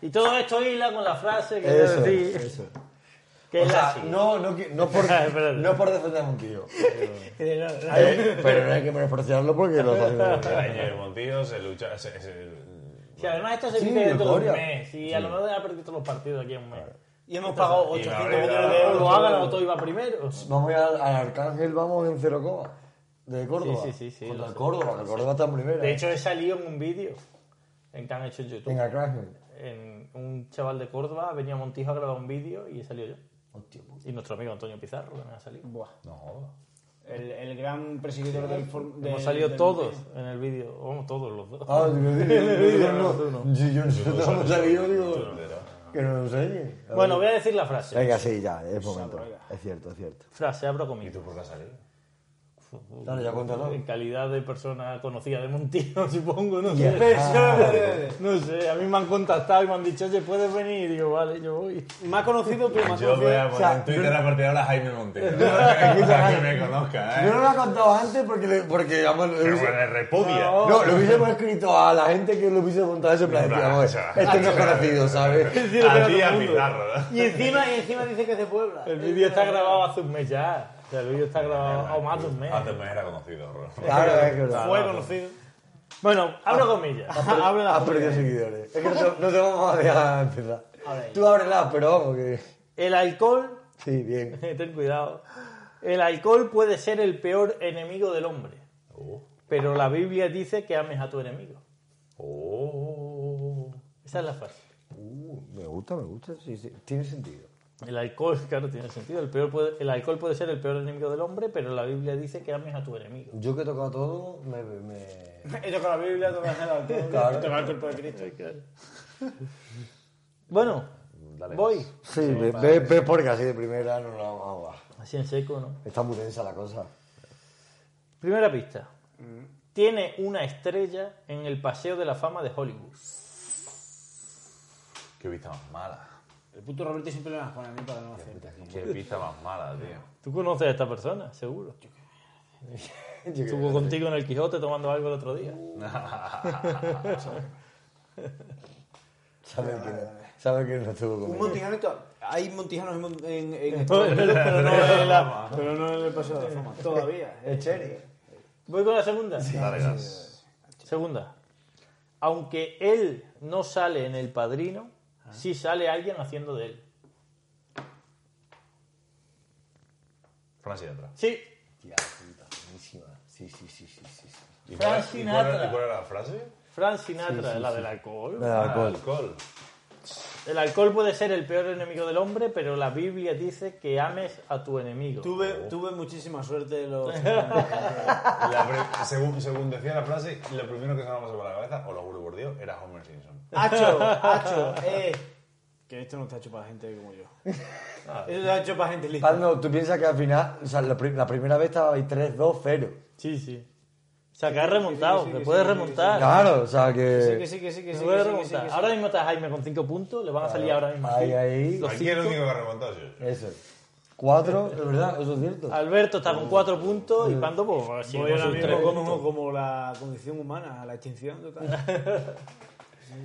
[SPEAKER 1] Y todo esto hila con la frase que
[SPEAKER 3] Eso,
[SPEAKER 1] yo decía,
[SPEAKER 3] eso.
[SPEAKER 1] que
[SPEAKER 3] O
[SPEAKER 1] es
[SPEAKER 3] sea,
[SPEAKER 1] la siguiente.
[SPEAKER 3] no, no, qui- no, por,
[SPEAKER 1] Espérate.
[SPEAKER 3] no por defender a Montillo.
[SPEAKER 2] Ah, Eh,
[SPEAKER 3] Eh, pero no hay que menospreciarlo porque lo está haciendo muy bien.
[SPEAKER 4] Cacereño y el Montijo se lucha. se- se-
[SPEAKER 1] Si además esto se
[SPEAKER 3] Sí,
[SPEAKER 1] pide dentro de
[SPEAKER 3] Coria.
[SPEAKER 1] un mes, y a lo mejor ha perdido todos los partidos aquí en un mes.
[SPEAKER 2] Y hemos pagado
[SPEAKER 4] Y la
[SPEAKER 2] 800
[SPEAKER 4] verdad-
[SPEAKER 2] millones de
[SPEAKER 1] Pero
[SPEAKER 2] euros.
[SPEAKER 1] lo hagan o todo iba primero.
[SPEAKER 3] Vamos a ir al, al Arcángel, vamos en cero coma. De Córdoba.
[SPEAKER 1] Sí, sí, sí, sí,
[SPEAKER 3] Contra
[SPEAKER 1] lo sé.
[SPEAKER 3] Córdoba, que Córdoba está en primera.
[SPEAKER 1] De hecho, he salido en un vídeo en que han hecho en
[SPEAKER 3] en
[SPEAKER 1] YouTube.
[SPEAKER 3] Arcángel.
[SPEAKER 1] En un chaval de Córdoba venía a Montijo a grabar un vídeo y he salido yo.
[SPEAKER 3] Hostia, puta.
[SPEAKER 1] Y nuestro amigo Antonio Pizarro también ha salido.
[SPEAKER 2] Buah.
[SPEAKER 4] No jodas.
[SPEAKER 2] El, el gran perseguidor del, for- del.
[SPEAKER 1] Hemos salido
[SPEAKER 2] del-
[SPEAKER 1] todos en el vídeo. Vamos, todos los dos.
[SPEAKER 3] Ah, digo, digo, digo, yo no. Yo, yo no sé cómo ha salido, digo. Que no lo sé.
[SPEAKER 1] Bueno, voy a decir la frase.
[SPEAKER 3] Venga, sí, ya, es momento. Es cierto, es cierto.
[SPEAKER 1] Frase, abro
[SPEAKER 4] ¿Y
[SPEAKER 1] comillas.
[SPEAKER 4] tú por qué has salido?
[SPEAKER 3] Claro, ya cuéntalo.
[SPEAKER 1] En calidad de persona conocida de Montijo, supongo, no
[SPEAKER 3] Ya.
[SPEAKER 1] sé.
[SPEAKER 2] Ah.
[SPEAKER 1] No sé, a mí me han contactado y me han dicho, oye, puedes venir. Y digo, vale, yo voy.
[SPEAKER 2] Más conocido tú, más
[SPEAKER 4] Yo voy
[SPEAKER 2] conocido.
[SPEAKER 4] a
[SPEAKER 3] sea,
[SPEAKER 4] poner en Twitter a partir de ahora Jaime Montijo. Para que me conozca,
[SPEAKER 3] Yo
[SPEAKER 4] ¿eh?
[SPEAKER 3] no lo he contado antes porque, le- porque vamos, lo
[SPEAKER 4] Pero
[SPEAKER 3] hubiese-
[SPEAKER 4] bueno, repudia.
[SPEAKER 3] No, lo hubiésemos escrito a la gente que lo hubiese montado ese plan.
[SPEAKER 4] plan,
[SPEAKER 3] Tío,
[SPEAKER 4] o sea,
[SPEAKER 3] este no es conocido, ¿sabes?
[SPEAKER 2] Sí, lo
[SPEAKER 4] a
[SPEAKER 2] pega
[SPEAKER 4] ti,
[SPEAKER 2] todo el
[SPEAKER 4] a
[SPEAKER 2] mundo.
[SPEAKER 4] Pizarro. ¿no?
[SPEAKER 2] Y encima, y encima dice que es de Puebla.
[SPEAKER 1] El vídeo está grabado hace un mes ya. O sea, el vídeo está grabado a más de un mes.
[SPEAKER 4] Antes me era conocido, bro.
[SPEAKER 3] Claro, es que no.
[SPEAKER 2] Fue conocido.
[SPEAKER 1] Bueno, abro comillas.
[SPEAKER 2] Abre
[SPEAKER 3] Has
[SPEAKER 2] la
[SPEAKER 3] perdido seguidores. Es que no te, no te vamos a dejar empezar.
[SPEAKER 2] Ahora ya.
[SPEAKER 3] Tú ábrela, pero vamos que...
[SPEAKER 1] El alcohol,
[SPEAKER 3] Sí, bien.
[SPEAKER 1] ten cuidado, el alcohol puede ser el peor enemigo del hombre.
[SPEAKER 4] Oh,
[SPEAKER 1] Pero la Biblia dice que ames a tu enemigo.
[SPEAKER 4] oh.
[SPEAKER 1] Esa es la frase.
[SPEAKER 3] Uh, me gusta, me gusta. Sí, sí. Tiene sentido.
[SPEAKER 1] El alcohol, claro, tiene sentido. El, peor puede- el alcohol puede ser el peor enemigo del hombre, pero la Biblia dice que ames a tu enemigo.
[SPEAKER 3] Yo que he tocado todo, me... me-
[SPEAKER 2] He tocado la Biblia, he tocado el alcohol,
[SPEAKER 3] Claro.
[SPEAKER 2] he tocado el cuerpo de Cristo.
[SPEAKER 1] Bueno,
[SPEAKER 4] Pues,
[SPEAKER 1] voy.
[SPEAKER 3] Sí, ve, ve- ve porque así de primera no la vamos a jugar.
[SPEAKER 1] Así en seco, ¿no?
[SPEAKER 3] Está muy densa la cosa.
[SPEAKER 1] Primera pista. Tiene una estrella en el Paseo de la Fama de Hollywood.
[SPEAKER 4] Qué vista más mala.
[SPEAKER 2] El puto Roberto siempre le las pone a mí para no hacerte.
[SPEAKER 4] Qué vista más mala, tío.
[SPEAKER 1] Tú conoces a esta persona, seguro.
[SPEAKER 3] Yo
[SPEAKER 1] Estuvo contigo en el Quijote tomando algo el otro día.
[SPEAKER 3] Sabe que, no- sabe que no estuvo
[SPEAKER 2] Un
[SPEAKER 3] conmigo.
[SPEAKER 2] montijano, y to- hay montijanos en, mon- en, en
[SPEAKER 1] Pero
[SPEAKER 2] Estados
[SPEAKER 1] no
[SPEAKER 2] Unidos, pero no
[SPEAKER 1] es
[SPEAKER 2] en
[SPEAKER 1] la-
[SPEAKER 2] la- pero no en el paseo de la fama. Todavía. eh.
[SPEAKER 3] Es Cherry.
[SPEAKER 1] Voy con la segunda.
[SPEAKER 4] Dale gas.
[SPEAKER 1] Segunda. Aunque él no sale en El Padrino, sí sale alguien haciendo de él.
[SPEAKER 4] Fran Sinatra.
[SPEAKER 1] Sí.
[SPEAKER 3] Tía puta, buenísima. Sí, sí, sí, sí, sí. sí.
[SPEAKER 1] Fran
[SPEAKER 4] ¿Y cuál- y cuál era-
[SPEAKER 1] Sinatra.
[SPEAKER 4] ¿Y cuál era la frase?
[SPEAKER 1] Frank Sinatra, la del alcohol.
[SPEAKER 3] Me da
[SPEAKER 4] Ah,
[SPEAKER 3] alcohol.
[SPEAKER 4] alcohol.
[SPEAKER 1] El alcohol puede ser el peor enemigo del hombre, pero la Biblia dice que ames a tu enemigo.
[SPEAKER 2] Tuve, tuve muchísima suerte de los...
[SPEAKER 4] La pre- según, según decía la frase, lo primero que se me pasó por la cabeza, o lo juro por Dios, era Homer Simpson.
[SPEAKER 2] ¡Hacho! ¡Hacho! ¡Eh! Que esto no está hecho para gente como yo.
[SPEAKER 4] Ah.
[SPEAKER 2] Esto está hecho para gente lista.
[SPEAKER 3] Pablo, tú piensas que al final, o sea, la, pri- la primera vez estaba ahí 3-2-0.
[SPEAKER 1] Sí, sí. O sea, que has remontado,
[SPEAKER 2] sí, sí,
[SPEAKER 1] que
[SPEAKER 2] sí,
[SPEAKER 1] puedes
[SPEAKER 2] sí, sí,
[SPEAKER 1] remontar.
[SPEAKER 3] Claro, o sea
[SPEAKER 2] Sí, que
[SPEAKER 3] que.
[SPEAKER 2] sí, que sí, que
[SPEAKER 1] Que
[SPEAKER 2] sí.
[SPEAKER 1] se puede
[SPEAKER 2] que sí, que sí,
[SPEAKER 1] remontar.
[SPEAKER 4] Ah,
[SPEAKER 2] que sí.
[SPEAKER 1] Ahora mismo está Jaime con 5 puntos, le van a salir ahora mismo. aquí.
[SPEAKER 3] Ahí, ahí.
[SPEAKER 1] Los
[SPEAKER 4] Aquí el
[SPEAKER 1] cinco.
[SPEAKER 4] único que ha remontado es yo.
[SPEAKER 3] Eso. Cuatro, es verdad, eso es cierto.
[SPEAKER 2] Ah.
[SPEAKER 1] Alberto está con 4 puntos y Pando, pues, sí,
[SPEAKER 2] Voy
[SPEAKER 1] con
[SPEAKER 2] ahora
[SPEAKER 1] sus
[SPEAKER 2] mismo
[SPEAKER 1] tres
[SPEAKER 2] como, como la condición humana, la extinción total.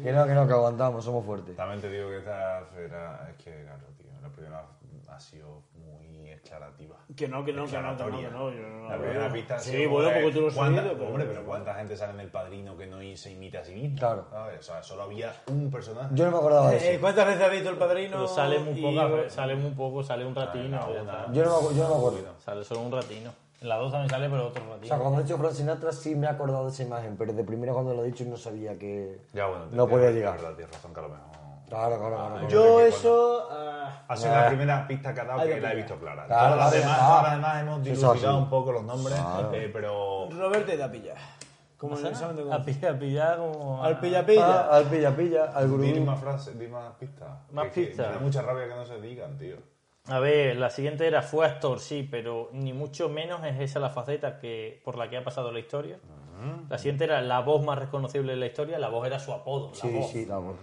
[SPEAKER 3] Que no, que no, que aguantamos, somos fuertes.
[SPEAKER 4] También te digo que esta era, es que, claro, tío, la primera ha sido muy aclarativa.
[SPEAKER 2] Que no, que no, que no, que no, que no. Yo no
[SPEAKER 4] La primera pista ha
[SPEAKER 2] Sí,
[SPEAKER 4] sido,
[SPEAKER 2] bueno,
[SPEAKER 4] eh,
[SPEAKER 2] porque tú lo has
[SPEAKER 4] ¿cuánta-
[SPEAKER 2] subido, pero...
[SPEAKER 4] Hombre, pero ¿cuánta gente sale en El Padrino que no i- se imita a sí mismo?
[SPEAKER 3] Claro.
[SPEAKER 4] ¿Sabes? O sea, solo había un personaje.
[SPEAKER 3] Yo no me acordaba de
[SPEAKER 2] Eh,
[SPEAKER 3] eso.
[SPEAKER 2] ¿Cuántas veces has visto el padrino?
[SPEAKER 1] Pero pues sale muy
[SPEAKER 2] Y-
[SPEAKER 1] poca, sale muy poco, sale un ratino.
[SPEAKER 4] Una,
[SPEAKER 1] ya está.
[SPEAKER 4] una.
[SPEAKER 3] Yo no me, acu- yo no me acuerdo.
[SPEAKER 1] Sale solo un ratino. En la 2 también sale, pero otro
[SPEAKER 3] O sea,
[SPEAKER 1] ratino.
[SPEAKER 3] cuando he dicho Frank Sinatra sí me he acordado de esa imagen, pero de primera cuando lo he dicho no sabía que.
[SPEAKER 4] Ya, bueno,
[SPEAKER 3] No podía
[SPEAKER 4] tienes-
[SPEAKER 3] llegar.
[SPEAKER 4] verdad, tienes razón, que a lo mejor...
[SPEAKER 3] Claro, claro, claro.
[SPEAKER 2] Yo eso... ah,
[SPEAKER 4] Ha sido la primera pista que ha dado que la he visto clara.
[SPEAKER 3] Claro,
[SPEAKER 4] Todas
[SPEAKER 3] claro,
[SPEAKER 4] las demás,
[SPEAKER 3] ya está.
[SPEAKER 4] todas las demás hemos
[SPEAKER 3] Eso es
[SPEAKER 4] dilucidado
[SPEAKER 3] así.
[SPEAKER 4] un poco los nombres, eh, pero
[SPEAKER 2] Roberto te ha pillado. Como en el examen de
[SPEAKER 1] A
[SPEAKER 2] Gonzalo.
[SPEAKER 1] pillar, a pillar como.
[SPEAKER 2] Al pilla
[SPEAKER 3] Ah,
[SPEAKER 2] pilla.
[SPEAKER 3] al pilla pilla, al
[SPEAKER 4] di
[SPEAKER 3] gurú.
[SPEAKER 4] más frases, di más pistas.
[SPEAKER 1] Más
[SPEAKER 4] Que- que
[SPEAKER 1] pistas.
[SPEAKER 4] Me da mucha rabia que no se digan, tío.
[SPEAKER 1] A ver, la siguiente era fue actor, sí, pero ni mucho menos es esa la faceta que por la que ha pasado la historia. La siguiente era la voz más reconocible de la historia, la voz era su apodo, la
[SPEAKER 3] Sí,
[SPEAKER 1] voz.
[SPEAKER 3] sí, la voz.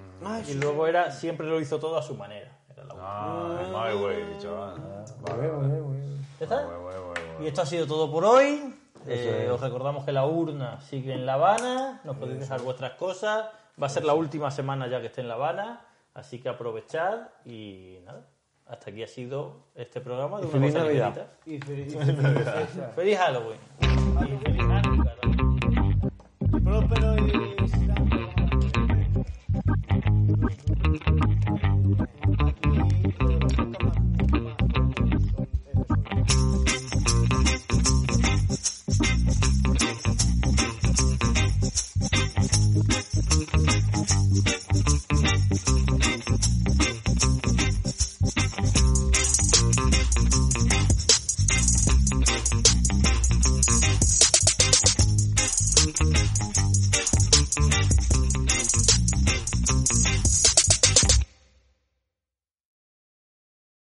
[SPEAKER 1] Y luego era siempre lo hizo todo a su manera. Era la voz.
[SPEAKER 4] Ah, my way, chaval. ¿eh?
[SPEAKER 3] Muy bien, muy bien, muy bien.
[SPEAKER 1] ¿Ya está?
[SPEAKER 4] My way, my way.
[SPEAKER 1] Y esto ha sido todo por hoy. Eh, os recordamos que la urna sigue en La Habana. Nos podéis dejar vuestras cosas. Va a ser la última semana ya que esté en La Habana. Así que aprovechad y nada. Hasta aquí ha sido este programa de una
[SPEAKER 3] feliz
[SPEAKER 1] cosa
[SPEAKER 3] Navidad.
[SPEAKER 1] ligerita.
[SPEAKER 2] Y feliz,
[SPEAKER 1] Feliz Halloween. Y feliz Hanukkah también.
[SPEAKER 2] próspero y...